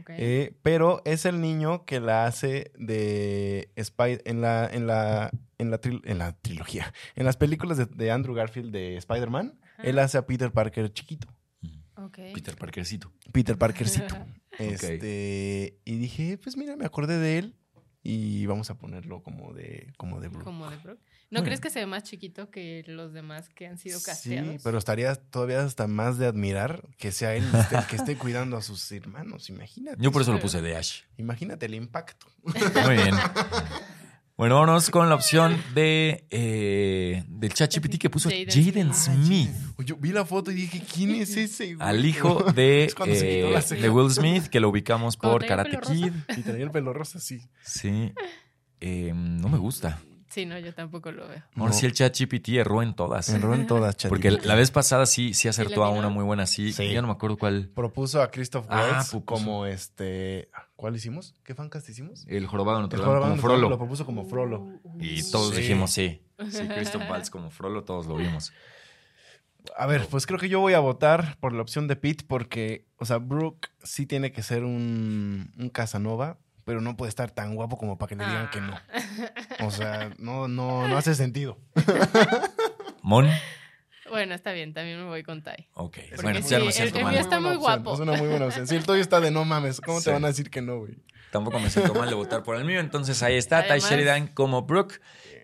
Speaker 3: Ok.
Speaker 1: Eh, pero es el niño que la hace de Spider en la, en la, en la, tril- en la trilogía, en las películas de, de Andrew Garfield de Spider-Man,
Speaker 3: Ajá.
Speaker 1: él hace a Peter Parker chiquito,
Speaker 3: Ok.
Speaker 2: Peter Parkercito.
Speaker 1: Peter
Speaker 3: <laughs>
Speaker 1: Parkercito. Este, y dije, pues mira, me acordé de él y vamos a ponerlo como de, como de Blue.
Speaker 3: Como de Brock. ¿No crees que se ve más chiquito que los demás que han sido casteados?
Speaker 1: Sí, pero estaría todavía hasta más de admirar que sea él este- el que esté cuidando a sus hermanos, imagínate.
Speaker 2: Yo por eso lo puse
Speaker 1: <laughs>
Speaker 2: de Ash.
Speaker 1: Imagínate el impacto.
Speaker 2: Muy bien. Bueno, vámonos con la opción de eh, del ChatGPT que puso
Speaker 3: Jaden
Speaker 2: Jaden Smith.
Speaker 1: Yo vi la foto y dije, ¿quién es ese? güey?
Speaker 2: Al hijo de,
Speaker 1: Es cuando se quitó
Speaker 2: eh,
Speaker 1: la ceja.
Speaker 2: de Will Smith, que lo ubicamos
Speaker 3: Cuando
Speaker 2: por
Speaker 3: traía el
Speaker 2: Karate
Speaker 3: pelo
Speaker 2: Kid.
Speaker 1: Y traía el pelo rosa, sí.
Speaker 2: Sí. Eh, no me gusta.
Speaker 3: Sí, no, yo tampoco lo veo.
Speaker 1: No.
Speaker 2: Ahora sí el ChatGPT erró en todas.
Speaker 1: Enró en todas, chat.
Speaker 2: Porque la vez pasada sí, sí
Speaker 3: ¿Sí
Speaker 2: acertó
Speaker 3: la
Speaker 2: a
Speaker 3: tiró?
Speaker 2: una muy buena, sí.
Speaker 1: Sí.
Speaker 2: Ya no me acuerdo cuál.
Speaker 1: propuso a Christoph
Speaker 2: Ah,
Speaker 1: Waltz
Speaker 2: propuso.
Speaker 1: como este... ¿Cuál hicimos? ¿Qué fancast hicimos?
Speaker 2: El jorobado de
Speaker 1: El
Speaker 2: Notre Dame,
Speaker 1: Jorobado
Speaker 2: como
Speaker 1: de Notre Dame Lo
Speaker 2: Frollo.
Speaker 1: propuso como Frollo.
Speaker 2: Y todos
Speaker 1: Sí.
Speaker 2: dijimos sí. Sí, Christoph
Speaker 3: <laughs>
Speaker 2: Waltz como Frollo, todos lo vimos.
Speaker 1: A ver, pues creo que yo voy a votar por la opción de Pete porque, o sea, Brooke sí tiene que ser un, un Casanova, pero no puede estar tan guapo como para que le digan que no.
Speaker 3: Ah.
Speaker 1: O sea, no, no, no hace sentido.
Speaker 2: Mon.
Speaker 3: <laughs> Bueno, está bien, también me voy con Tai.
Speaker 2: Ok.
Speaker 1: Porque
Speaker 2: bueno,
Speaker 3: sí,
Speaker 2: ya no
Speaker 3: el-
Speaker 2: es cierto,
Speaker 3: el
Speaker 2: mal.
Speaker 3: mío está muy
Speaker 1: buena opción,
Speaker 3: guapo.
Speaker 1: Es una muy buena opción. Si el tuyo está de no mames, ¿cómo
Speaker 2: Sí.
Speaker 1: te van a decir que no, güey?
Speaker 2: Tampoco me siento mal de votar por el mío. Entonces ahí está Ty
Speaker 3: Además-
Speaker 2: Sheridan como Brooke.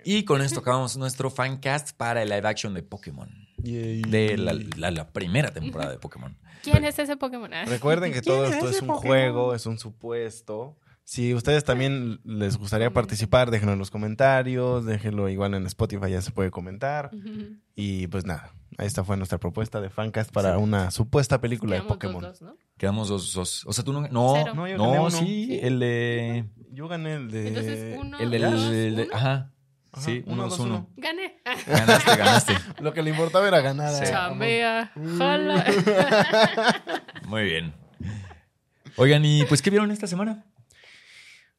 Speaker 2: Y con esto acabamos nuestro fancast para el live action de Pokémon. De la, la- la primera temporada de Pokémon.
Speaker 3: ¿Quién es ese Pokémon? Ah,
Speaker 1: Recuerden que todo esto es un juego, es un supuesto. Si ustedes también les gustaría participar, déjenlo en los comentarios, déjenlo igual en Spotify, ya se puede comentar.
Speaker 3: <laughs> ujú.
Speaker 1: Y pues nada, esta fue nuestra propuesta de Fancast para una supuesta película
Speaker 3: Quedamos
Speaker 1: de Pokémon.
Speaker 3: los dos, ¿no?
Speaker 2: Quedamos dos, dos. O sea, tú no. No,
Speaker 3: Cero.
Speaker 1: No,
Speaker 2: no,
Speaker 1: yo gané uno.
Speaker 2: sí. El de.
Speaker 1: Yo gané el de.
Speaker 3: Entonces, uno,
Speaker 2: El
Speaker 3: de
Speaker 2: del.
Speaker 1: ¿Ya?
Speaker 2: el de- ajá.
Speaker 1: Ajá,
Speaker 2: Sí, uno, dos, uno.
Speaker 3: Gané. <laughs>
Speaker 1: <laughs>
Speaker 2: Ganaste, ganaste.
Speaker 1: Lo que le importaba era ganar.
Speaker 2: Sí.
Speaker 1: eh,
Speaker 3: Chambea,
Speaker 1: <laughs>
Speaker 3: jala.
Speaker 2: Muy bien. Oigan, ¿y pues qué vieron esta semana?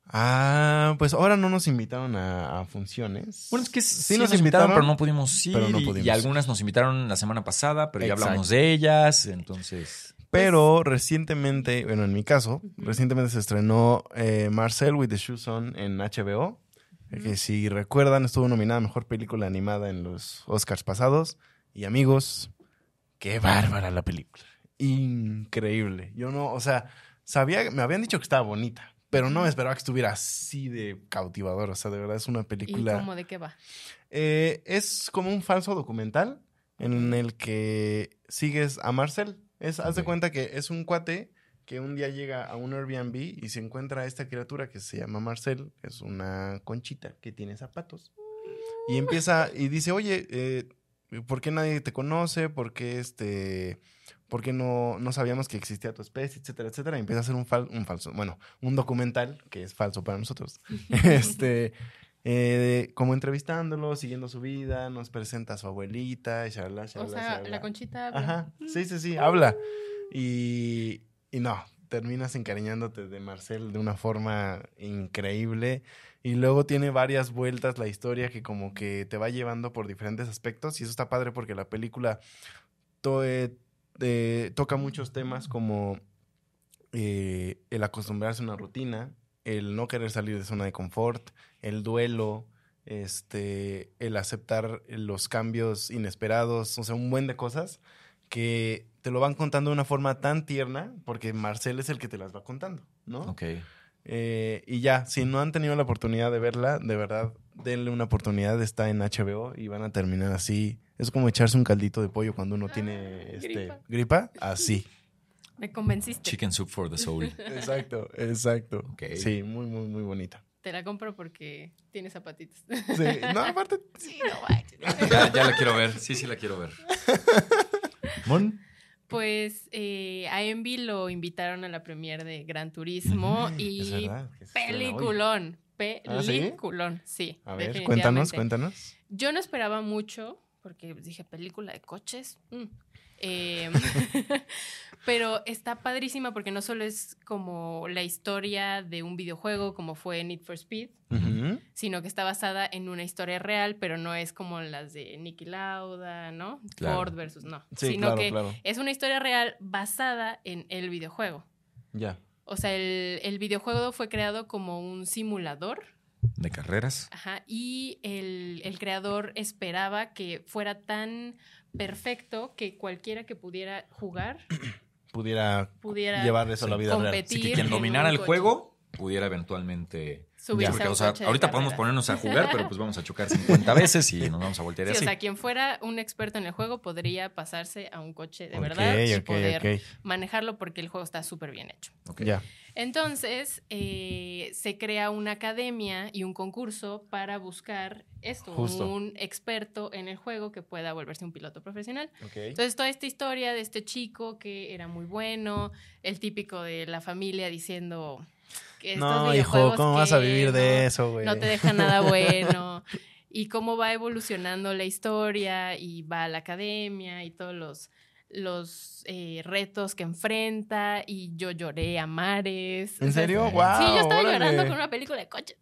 Speaker 1: Ah, pues ahora no nos invitaron a, a funciones.
Speaker 2: Bueno, es que sí,
Speaker 1: Sí
Speaker 2: nos,
Speaker 1: nos
Speaker 2: invitaron,
Speaker 1: invitaron,
Speaker 2: pero no pudimos ir.
Speaker 1: pero no
Speaker 2: y- Y
Speaker 1: pudimos.
Speaker 2: algunas nos invitaron la semana pasada, pero ya
Speaker 1: Exacto.
Speaker 2: hablamos de ellas. Entonces.
Speaker 1: Pero recientemente, bueno, en mi caso, recientemente se estrenó eh, Marcel with the Shoes On en HBO. eh, Que si recuerdan, estuvo nominada a mejor película animada en los Oscars pasados. Y amigos, qué bárbara la película. Increíble. Yo no, o sea, sabía, me habían dicho que estaba bonita, pero no me esperaba que estuviera así de cautivador. O sea, de verdad es una
Speaker 3: ¿Y
Speaker 1: película.
Speaker 3: cómo de
Speaker 1: <laughs>
Speaker 3: qué va?
Speaker 1: Eh, es como un falso documental en el que sigues a Marcel. Es, Haz de
Speaker 2: Ok.
Speaker 1: cuenta que es un cuate que un día llega a un Airbnb y se encuentra a esta criatura que se llama Marcel. Es una conchita que tiene zapatos. Y empieza y dice, oye, eh, ¿por qué nadie te conoce? ¿Por qué este... ¿Por qué no, no sabíamos que existía tu especie, etcétera, etcétera? Y empieza a hacer un, fal- un falso, bueno, un documental que es falso para nosotros. este, eh, como entrevistándolo, siguiendo su vida, nos presenta a su abuelita, y shalala,
Speaker 3: <laughs> O
Speaker 1: shalala,
Speaker 3: sea,
Speaker 1: shalala.
Speaker 3: la conchita habla. Mm.
Speaker 1: Ajá, sí, sí, sí, habla. Y, y no, terminas encariñándote de Marcel de una forma increíble. Y luego tiene varias vueltas la historia que como que te va llevando por diferentes aspectos. Y eso está padre porque la película to- eh, eh, toca muchos temas como eh, el acostumbrarse a una rutina, el no querer salir de zona de confort, el duelo, este, el aceptar los cambios inesperados, o sea, un buen de cosas que te lo van contando de una forma tan tierna porque Marcel es el que te las va contando, ¿no?
Speaker 2: Ok.
Speaker 1: Eh, y ya, si no han tenido la oportunidad de verla, de verdad, denle una oportunidad. Está en HBO y van a terminar así. Es como echarse un caldito de pollo cuando uno tiene este,
Speaker 3: Ah, gripa.
Speaker 1: gripa.
Speaker 3: <laughs>
Speaker 1: Así.
Speaker 3: Me convenciste.
Speaker 2: Chicken Soup for
Speaker 1: <laughs>
Speaker 2: the Soul.
Speaker 1: Exacto, exacto.
Speaker 2: Ok.
Speaker 1: Sí, muy, muy, muy bonita.
Speaker 3: Te la compro porque tiene zapatitos.
Speaker 1: Sí, No, aparte,
Speaker 3: sí, no manches. <laughs>
Speaker 2: Ya, ya la quiero ver. Sí, sí la quiero ver. Mon.
Speaker 3: Pues eh, a Envy lo invitaron a la premier de Gran
Speaker 1: <laughs>
Speaker 3: Turismo
Speaker 1: es
Speaker 3: y
Speaker 1: verdad. que se estrena hoy.
Speaker 3: peliculón,
Speaker 1: ¿Ah, sí?
Speaker 3: peliculón, sí.
Speaker 1: A ver,
Speaker 3: definitivamente.
Speaker 1: cuéntanos, cuéntanos.
Speaker 3: Yo no esperaba mucho porque dije película de coches. mm.
Speaker 1: <laughs>
Speaker 3: Eh, <laughs> pero está padrísima porque no solo es como la historia de un videojuego como fue Need for Speed,
Speaker 1: Ujú.
Speaker 3: sino que está basada en una historia real, pero no es como las de Nicky Lauda, ¿no?
Speaker 2: Claro.
Speaker 3: Ford versus no,
Speaker 1: Sí,
Speaker 3: sino
Speaker 1: claro,
Speaker 3: que
Speaker 1: claro.
Speaker 3: es una historia real basada en el videojuego.
Speaker 1: Ya.
Speaker 3: O sea, el, el videojuego fue creado como un simulador,
Speaker 2: De carreras.
Speaker 3: ajá, y el, el creador esperaba que fuera tan perfecto que cualquiera que pudiera jugar
Speaker 1: Pudiera
Speaker 3: pudiera
Speaker 1: llevar eso a la vida real.
Speaker 3: competir.
Speaker 2: Así que quien
Speaker 3: en un
Speaker 2: dominara el
Speaker 3: coche.
Speaker 2: juego pudiera eventualmente
Speaker 3: Subirse
Speaker 2: Porque,
Speaker 3: a un
Speaker 2: o sea,
Speaker 3: coche de
Speaker 2: ahorita
Speaker 3: carreras.
Speaker 2: podemos ponernos a jugar, pero pues vamos a chocar
Speaker 3: <laughs>
Speaker 2: 50 veces y nos vamos a voltear
Speaker 3: Sí,
Speaker 2: así.
Speaker 3: o sea, quien fuera un experto en el juego podría pasarse a un coche de
Speaker 1: Ok,
Speaker 3: verdad y
Speaker 1: ok,
Speaker 3: poder
Speaker 1: ok.
Speaker 3: manejarlo porque el juego está súper bien hecho.
Speaker 2: Ok.
Speaker 1: Ya.
Speaker 3: Entonces, eh, se crea una academia y un concurso para buscar esto,
Speaker 1: Justo.
Speaker 3: un experto en el juego que pueda volverse un piloto profesional.
Speaker 1: Ok.
Speaker 3: Entonces, toda esta historia de este chico que era muy bueno, el típico de la familia diciendo que estos
Speaker 1: No, hijo,
Speaker 3: videojuegos
Speaker 1: ¿cómo vas a
Speaker 3: que
Speaker 1: vivir
Speaker 3: no-
Speaker 1: de eso, güey?
Speaker 3: no te deja
Speaker 1: <laughs>
Speaker 3: nada bueno. Y cómo va evolucionando la historia y va a la academia y todos los, los eh, retos que enfrenta. Y yo lloré a mares.
Speaker 1: ¿En
Speaker 3: O sea,
Speaker 1: serio?
Speaker 2: sí,
Speaker 1: ¡Wow!
Speaker 3: Sí, yo estaba
Speaker 1: órale.
Speaker 3: llorando con una película
Speaker 1: <laughs>
Speaker 3: de coches.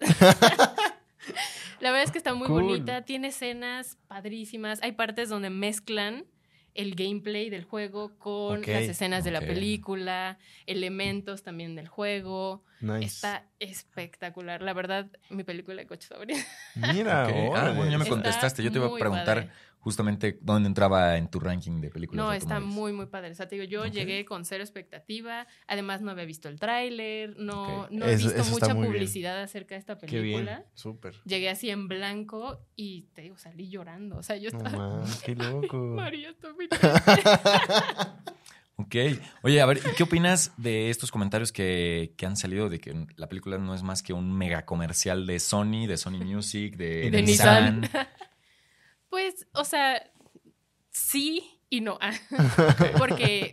Speaker 3: la verdad es que está muy
Speaker 1: Cool.
Speaker 3: bonita. Tiene escenas padrísimas. Hay partes donde mezclan el gameplay del juego con
Speaker 1: Ok,
Speaker 3: las escenas de la
Speaker 2: ok.
Speaker 3: película, elementos también del juego.
Speaker 1: Nice.
Speaker 3: Está espectacular. La verdad, mi película de coches favorita.
Speaker 1: Mira,
Speaker 2: Ok. Ah,
Speaker 1: órale.
Speaker 2: bueno, ya me
Speaker 3: Está
Speaker 2: contestaste. Yo te iba a
Speaker 3: muy
Speaker 2: preguntar
Speaker 3: padre.
Speaker 2: justamente dónde entraba en tu ranking de películas.
Speaker 3: No, está
Speaker 2: automóviles.
Speaker 3: muy, muy padre. O sea, te digo, yo
Speaker 2: Ok.
Speaker 3: llegué con cero expectativa. Además, no había visto el tráiler. No,
Speaker 2: Ok.
Speaker 3: no he
Speaker 1: Eso-
Speaker 3: visto
Speaker 1: eso está
Speaker 3: mucha
Speaker 1: muy bien.
Speaker 3: publicidad acerca de esta
Speaker 1: Qué bien.
Speaker 3: película.
Speaker 2: <laughs>
Speaker 1: Súper.
Speaker 3: Llegué así en blanco y te digo, salí llorando. O sea, yo
Speaker 1: No
Speaker 3: estaba.
Speaker 1: mames, qué
Speaker 2: <laughs>
Speaker 1: loco.
Speaker 3: María, estoy
Speaker 1: <laughs>
Speaker 3: muy triste.
Speaker 2: Ok. Oye, a ver, ¿y ¿qué opinas de estos comentarios que, que han salido de que la película no es más que un mega comercial de Sony,
Speaker 3: <laughs>
Speaker 2: de Sony Music, de,
Speaker 1: De
Speaker 3: Nissan. <laughs> Pues, o sea, sí y no. <laughs> Ah, Porque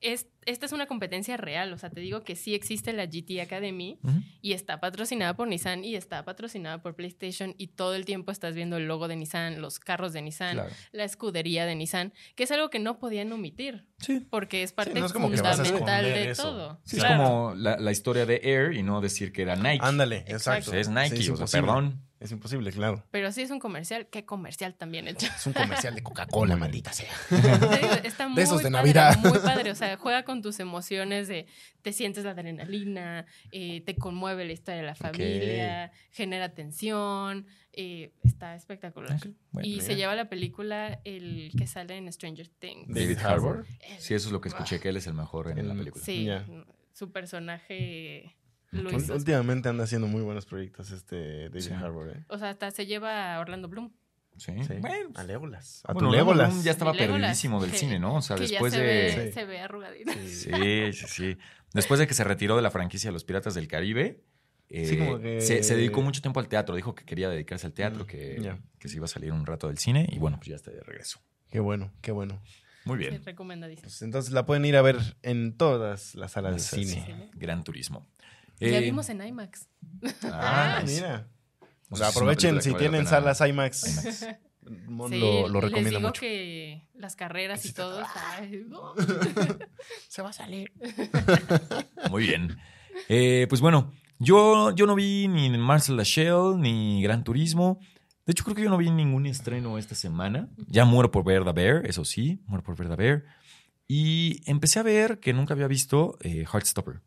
Speaker 3: es- esta es una competencia real. O sea, te digo que sí existe la GT Academy.
Speaker 2: Ujú.
Speaker 3: y está patrocinada por Nissan y está patrocinada por PlayStation y todo el tiempo estás viendo el logo de Nissan, los carros de Nissan,
Speaker 2: Claro.
Speaker 3: la escudería de Nissan, que es algo que no podían omitir
Speaker 2: Sí.
Speaker 3: porque es parte
Speaker 1: no es como que vas a
Speaker 3: fundamental
Speaker 1: esconder
Speaker 3: de
Speaker 1: eso.
Speaker 3: todo.
Speaker 2: Sí,
Speaker 3: Claro.
Speaker 2: es como la, la historia de Air y no decir que era Nike.
Speaker 1: Ándale,
Speaker 3: Exacto.
Speaker 1: exacto.
Speaker 2: O sea, es Nike,
Speaker 1: Sí,
Speaker 2: o sea,
Speaker 1: imposible.
Speaker 2: perdón.
Speaker 1: Es imposible, claro.
Speaker 3: Pero sí es un comercial, qué comercial
Speaker 1: <laughs>
Speaker 3: también hecho.
Speaker 1: Es un comercial de Coca-Cola, maldita sea.
Speaker 2: <laughs>
Speaker 3: Te digo, está muy
Speaker 1: esos de
Speaker 3: padre,
Speaker 1: Navidad.
Speaker 3: muy padre, o sea, juega con tus emociones de te sientes la adrenalina, eh, te conmueve la historia de la familia, genera tensión, eh, está espectacular.
Speaker 2: Ok, bueno.
Speaker 3: y
Speaker 1: mira.
Speaker 3: se lleva la película el que sale en Stranger Things.
Speaker 2: David
Speaker 1: David
Speaker 2: Harbour.
Speaker 1: Harbour.
Speaker 3: El-
Speaker 2: Sí, eso es lo que escuché, que él es el mejor en la
Speaker 1: Mm.
Speaker 2: película.
Speaker 3: Sí,
Speaker 1: Ya.
Speaker 3: su personaje lo
Speaker 1: Ul-
Speaker 3: hizo.
Speaker 1: Últimamente anda haciendo muy buenos proyectos este David
Speaker 2: Sí.
Speaker 1: Harbour, ¿eh?
Speaker 3: O sea, hasta se lleva a Orlando Bloom.
Speaker 2: Sí.
Speaker 1: Sí.
Speaker 2: Bueno, pues,
Speaker 1: A Legolas. A
Speaker 2: bueno,
Speaker 1: tu
Speaker 2: Orlando
Speaker 1: Legolas.
Speaker 2: Bloom ya estaba
Speaker 3: Mi Legolas,
Speaker 2: perdidísimo del
Speaker 3: que-
Speaker 2: cine, ¿no? O sea,
Speaker 3: que
Speaker 2: después
Speaker 3: ya se,
Speaker 2: de.
Speaker 3: ve,
Speaker 1: Sí.
Speaker 3: se ve arrugadito.
Speaker 1: Sí.
Speaker 2: Sí, sí, sí. Después de que se retiró de la franquicia de los Piratas del Caribe, eh,
Speaker 1: Sí, como que-
Speaker 2: se, se dedicó mucho tiempo al teatro. Dijo que quería dedicarse al teatro,
Speaker 1: Mm,
Speaker 2: que,
Speaker 1: ya.
Speaker 2: que se iba a salir un rato del cine y bueno, pues ya está de regreso.
Speaker 1: Qué bueno, qué bueno.
Speaker 2: Muy
Speaker 3: Sí,
Speaker 2: bien.
Speaker 3: recomendadísimo.
Speaker 1: Pues entonces la pueden ir a ver en todas las salas de
Speaker 2: Gracias al
Speaker 1: cine.
Speaker 2: cine. Gran turismo.
Speaker 3: La
Speaker 2: Eh,
Speaker 3: vimos en IMAX.
Speaker 1: Ah,
Speaker 2: nice.
Speaker 1: mira.
Speaker 2: O
Speaker 1: O
Speaker 2: sea,
Speaker 1: sea,
Speaker 2: es una película
Speaker 1: aprovechen
Speaker 2: que
Speaker 1: si
Speaker 2: vale la
Speaker 1: tienen
Speaker 2: pena.
Speaker 1: salas IMAX.
Speaker 2: IMAX.
Speaker 1: Mon
Speaker 3: Sí,
Speaker 1: lo, lo
Speaker 3: les
Speaker 1: recomiendo
Speaker 3: digo
Speaker 1: mucho.
Speaker 3: que las carreras y todo. ay, no.
Speaker 1: Se va a salir.
Speaker 2: Muy bien. Eh, pues bueno, yo, yo no vi ni Marcel Lachelle ni Gran Turismo. De hecho, creo que yo no vi ningún estreno esta semana. Ya muero por ver The Bear, eso sí, muero por ver The Bear. Y empecé a ver que nunca había visto eh, Heartstopper.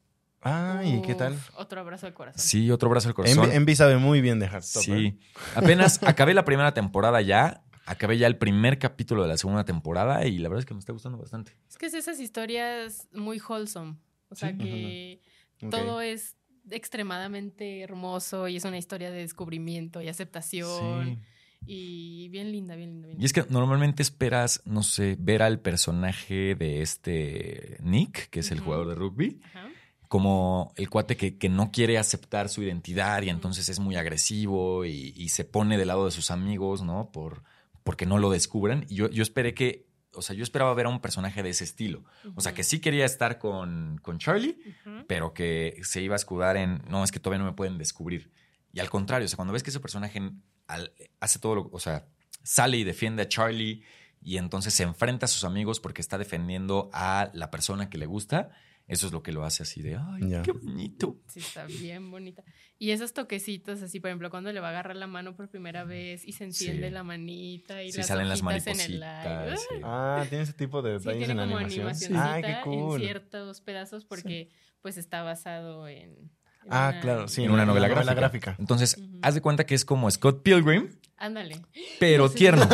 Speaker 1: Ay, ¿qué tal?
Speaker 3: Uf, Otro abrazo al corazón.
Speaker 2: Sí, otro brazo al corazón.
Speaker 1: Envy, Envy sabe muy bien de Em, ¿eh? Heartstopper.
Speaker 2: Sí. Apenas acabé la primera temporada ya. Acabé ya el primer capítulo de la segunda temporada y la verdad es que me está gustando bastante.
Speaker 3: Es que es esas historias muy wholesome. O sea
Speaker 1: Sí.
Speaker 3: que
Speaker 1: Ok.
Speaker 3: todo es extremadamente hermoso y es una historia de descubrimiento y aceptación. Y bien linda, bien linda, bien
Speaker 2: Y es que normalmente esperas, no sé, ver al personaje de este Nick, que es el
Speaker 3: Ujú.
Speaker 2: jugador de rugby,
Speaker 3: linda. Ajá.
Speaker 2: como el cuate que, que no quiere aceptar su identidad y entonces es muy agresivo y, y se pone del lado de sus amigos, ¿no? Por, porque no lo descubran. Y yo, yo esperé que, o sea, yo esperaba ver a un personaje de ese estilo. O sea, que sí quería estar con, con Charlie,
Speaker 3: Ujú.
Speaker 2: pero que se iba a escudar en, no, es que todavía no me pueden descubrir. Y al contrario, o sea, cuando ves que ese personaje al- hace todo lo, o sea, sale y defiende a Charlie y entonces se enfrenta a sus amigos porque está defendiendo a la persona que le gusta, eso es lo que lo hace así de, ay,
Speaker 1: Ya.
Speaker 2: qué bonito.
Speaker 3: Sí, está bien bonita. Y esos toquecitos, así, por ejemplo, cuando le va a agarrar la mano por primera vez y se enciende
Speaker 2: Sí.
Speaker 3: la manita y
Speaker 2: Sí,
Speaker 3: las
Speaker 2: salen las
Speaker 3: hojitas en el aire.
Speaker 2: maripositas. sí.
Speaker 1: Ah, tiene ese tipo de
Speaker 3: Sí,
Speaker 1: detalles
Speaker 3: tiene
Speaker 1: en
Speaker 3: como
Speaker 1: animación.
Speaker 3: animacioncita
Speaker 1: Ah, qué
Speaker 3: en
Speaker 1: cool.
Speaker 3: ciertos pedazos porque pues está basado en... en
Speaker 1: Ah,
Speaker 3: una-
Speaker 1: claro, sí.
Speaker 2: En una novela
Speaker 1: la
Speaker 2: gráfica.
Speaker 1: gráfica.
Speaker 2: Entonces,
Speaker 3: Ujú.
Speaker 2: haz de cuenta que es como Scott Pilgrim,
Speaker 3: Ándale.
Speaker 2: pero
Speaker 3: Sí,
Speaker 2: tierno.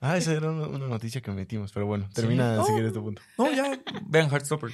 Speaker 1: Ah, esa era una, una noticia que metimos, pero bueno, termina de
Speaker 2: Oh.
Speaker 1: seguir este punto.
Speaker 2: No, ya, vean Heartstopper.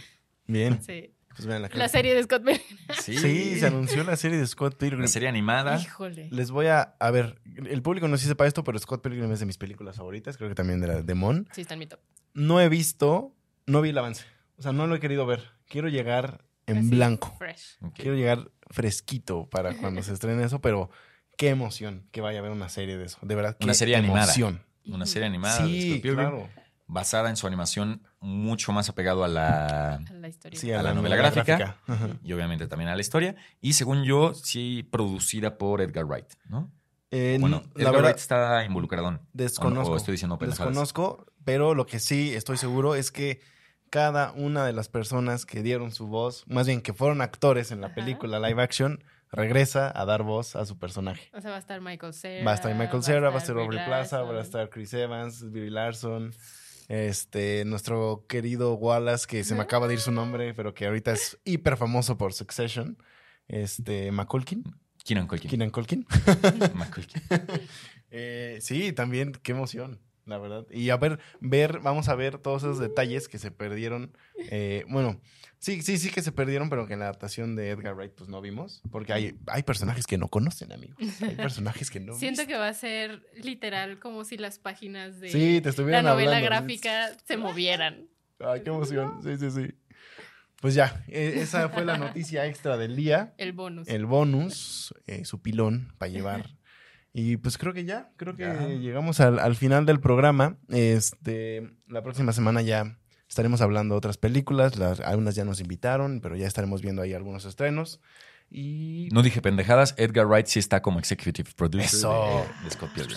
Speaker 1: Bien.
Speaker 3: <laughs> Sí.
Speaker 1: Pues vean la cara.
Speaker 3: La serie de Scott Pilgrim.
Speaker 2: Sí,
Speaker 1: Sí, se anunció la serie de Scott Pilgrim.
Speaker 2: Una serie animada.
Speaker 3: Híjole.
Speaker 1: Les voy a. A ver, el público no sé si sepa esto, pero Scott Pilgrim es de mis películas favoritas. Creo que también de la de Mon.
Speaker 3: Sí, está en mi top.
Speaker 1: No he visto. No vi el avance. O sea, no lo he querido ver. Quiero llegar en
Speaker 3: Así,
Speaker 1: blanco.
Speaker 3: Fresh.
Speaker 2: Ok.
Speaker 1: Quiero llegar fresquito para cuando se estrene eso, pero qué emoción que vaya a haber una serie de eso. De verdad, qué
Speaker 2: Una serie animada.
Speaker 1: emoción.
Speaker 2: Una serie animada de
Speaker 1: Sí,
Speaker 2: Scott Pilgrim,
Speaker 1: claro.
Speaker 2: basada en su animación mucho más apegado a la
Speaker 3: A La historia.
Speaker 1: Sí,
Speaker 2: a la novela gráfica. y obviamente también a la historia y según yo sí producida por Edgar Wright, ¿no?
Speaker 1: Eh,
Speaker 2: Bueno,
Speaker 1: no, la
Speaker 2: Edgar
Speaker 1: verdad,
Speaker 2: Wright está involucradón.
Speaker 1: desconozco.
Speaker 2: O estoy diciendo pendejadas.
Speaker 1: desconozco, pero lo que sí estoy seguro es que cada una de las personas que dieron su voz, más bien que fueron actores en la
Speaker 3: Ajá.
Speaker 1: película live action, regresa a dar voz a su personaje.
Speaker 3: O sea, va a estar Michael Cera.
Speaker 1: Va a estar Michael Cera, va a estar
Speaker 3: Brie
Speaker 1: Aubrey Plaza,
Speaker 3: Larson.
Speaker 1: va a estar Chris Evans, Billy Larson, este, nuestro querido Wallace, que se me acaba de ir su nombre, pero que ahorita es hiper famoso por Succession, este, Macaulkin,
Speaker 2: Kieran Culkin.
Speaker 1: Keenan Culkin.
Speaker 2: McCulkin.
Speaker 1: Eh, sí, también, qué emoción, la verdad. Y a ver, ver, vamos a ver todos esos detalles que se perdieron. eh, bueno, sí, sí, sí que se perdieron, pero que en la adaptación de Edgar Wright, pues no vimos. Porque hay, hay personajes que no conocen, amigos. Hay personajes que no.
Speaker 3: Siento
Speaker 1: viste.
Speaker 3: que va a ser literal como si las páginas de
Speaker 1: Sí, te estuvieran
Speaker 3: la novela
Speaker 1: hablando, sí.
Speaker 3: gráfica se movieran.
Speaker 1: Ay, qué emoción. Sí, sí, sí. Pues ya, eh, esa fue la noticia extra del día.
Speaker 3: El bonus. <laughs>
Speaker 1: El bonus, eh, su pilón para llevar. Y pues creo que ya, creo que
Speaker 2: Ya.
Speaker 1: llegamos al, al final del programa. Este, la próxima semana ya estaremos hablando de otras películas. Las, algunas ya nos invitaron, pero ya estaremos viendo ahí algunos estrenos. Y
Speaker 2: No dije pendejadas, Edgar Wright sí está como executive producer
Speaker 1: Eso.
Speaker 2: de- de Scott Pilgrim.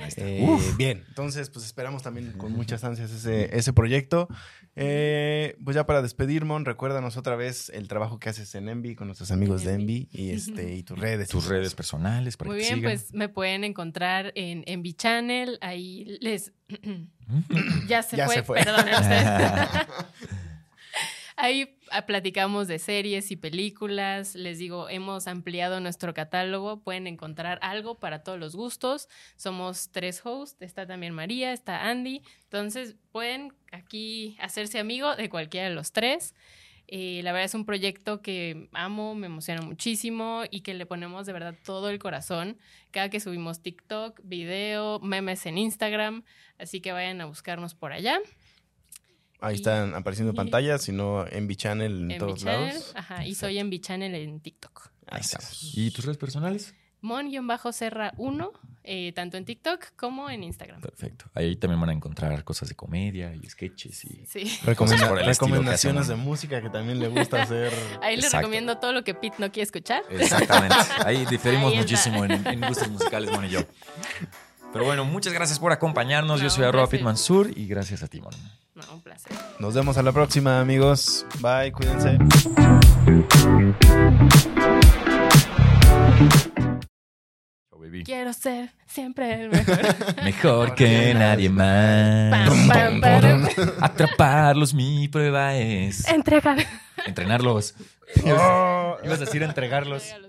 Speaker 2: Ahí está.
Speaker 1: Eh,
Speaker 2: Uf.
Speaker 1: bien, entonces pues esperamos también con muchas ansias ese, ese proyecto. Eh, pues ya para despedir, Mon, recuérdanos otra vez el trabajo que haces en Envy con nuestros amigos de Envy y, este, y tus redes.
Speaker 2: tus redes personales para
Speaker 3: Muy
Speaker 2: que
Speaker 3: bien,
Speaker 2: sigan.
Speaker 3: pues me pueden encontrar en Envy Channel. Ahí les.
Speaker 2: Mm.
Speaker 3: <coughs> ya se
Speaker 1: Ya
Speaker 3: fue,
Speaker 1: se fue.
Speaker 3: perdonen ustedes. <laughs> Ahí ah, platicamos de series y películas. Les digo, hemos ampliado nuestro catálogo. Pueden encontrar algo para todos los gustos. Somos tres hosts. Está también María, está Andy. Entonces pueden aquí hacerse amigo de cualquiera de los tres. Eh, la verdad es un proyecto que amo, me emociona muchísimo y que le ponemos de verdad todo el corazón. Cada que subimos TikTok, video, memes en Instagram, así que vayan a buscarnos por allá.
Speaker 1: Ahí están apareciendo
Speaker 3: y-
Speaker 1: pantallas, sino Envy Channel en,
Speaker 3: en
Speaker 1: todos
Speaker 3: Channel.
Speaker 1: lados.
Speaker 3: Ajá, y soy en Channel en TikTok.
Speaker 1: Ahí
Speaker 2: Ahí está.
Speaker 1: estamos.
Speaker 2: ¿Y tus redes personales?
Speaker 3: Mon-Serra 1, eh, tanto en TikTok como en Instagram.
Speaker 2: Perfecto. Ahí también van a encontrar cosas de comedia y sketches y
Speaker 3: Sí.
Speaker 1: Recomenda-
Speaker 2: Cosas por el estilo
Speaker 1: recomendaciones
Speaker 2: que
Speaker 1: de
Speaker 2: hacen.
Speaker 1: música que también le gusta hacer.
Speaker 3: Ahí les
Speaker 2: Exacto.
Speaker 3: recomiendo todo lo que Pete no quiere escuchar. <laughs>
Speaker 2: Exactamente. Ahí diferimos
Speaker 3: Ahí está.
Speaker 2: muchísimo en, en gustos musicales, Mon y yo. Pero bueno, muchas gracias por acompañarnos. yo
Speaker 3: No,
Speaker 2: soy
Speaker 3: un
Speaker 2: arroba
Speaker 3: placer.
Speaker 2: Pitmansur y gracias a ti, Mon.
Speaker 3: No, un placer.
Speaker 1: Nos vemos a la próxima, amigos. Bye, cuídense.
Speaker 2: Chao, baby.
Speaker 3: Quiero ser siempre
Speaker 1: <laughs>
Speaker 3: el mejor.
Speaker 2: Mejor que nadie más.
Speaker 3: Pam, pam, pam.
Speaker 1: <laughs>
Speaker 2: Atraparlos, mi prueba es
Speaker 3: Entregar.
Speaker 2: entrenarlos.
Speaker 1: Oh.
Speaker 2: Ibas a decir entregarlos.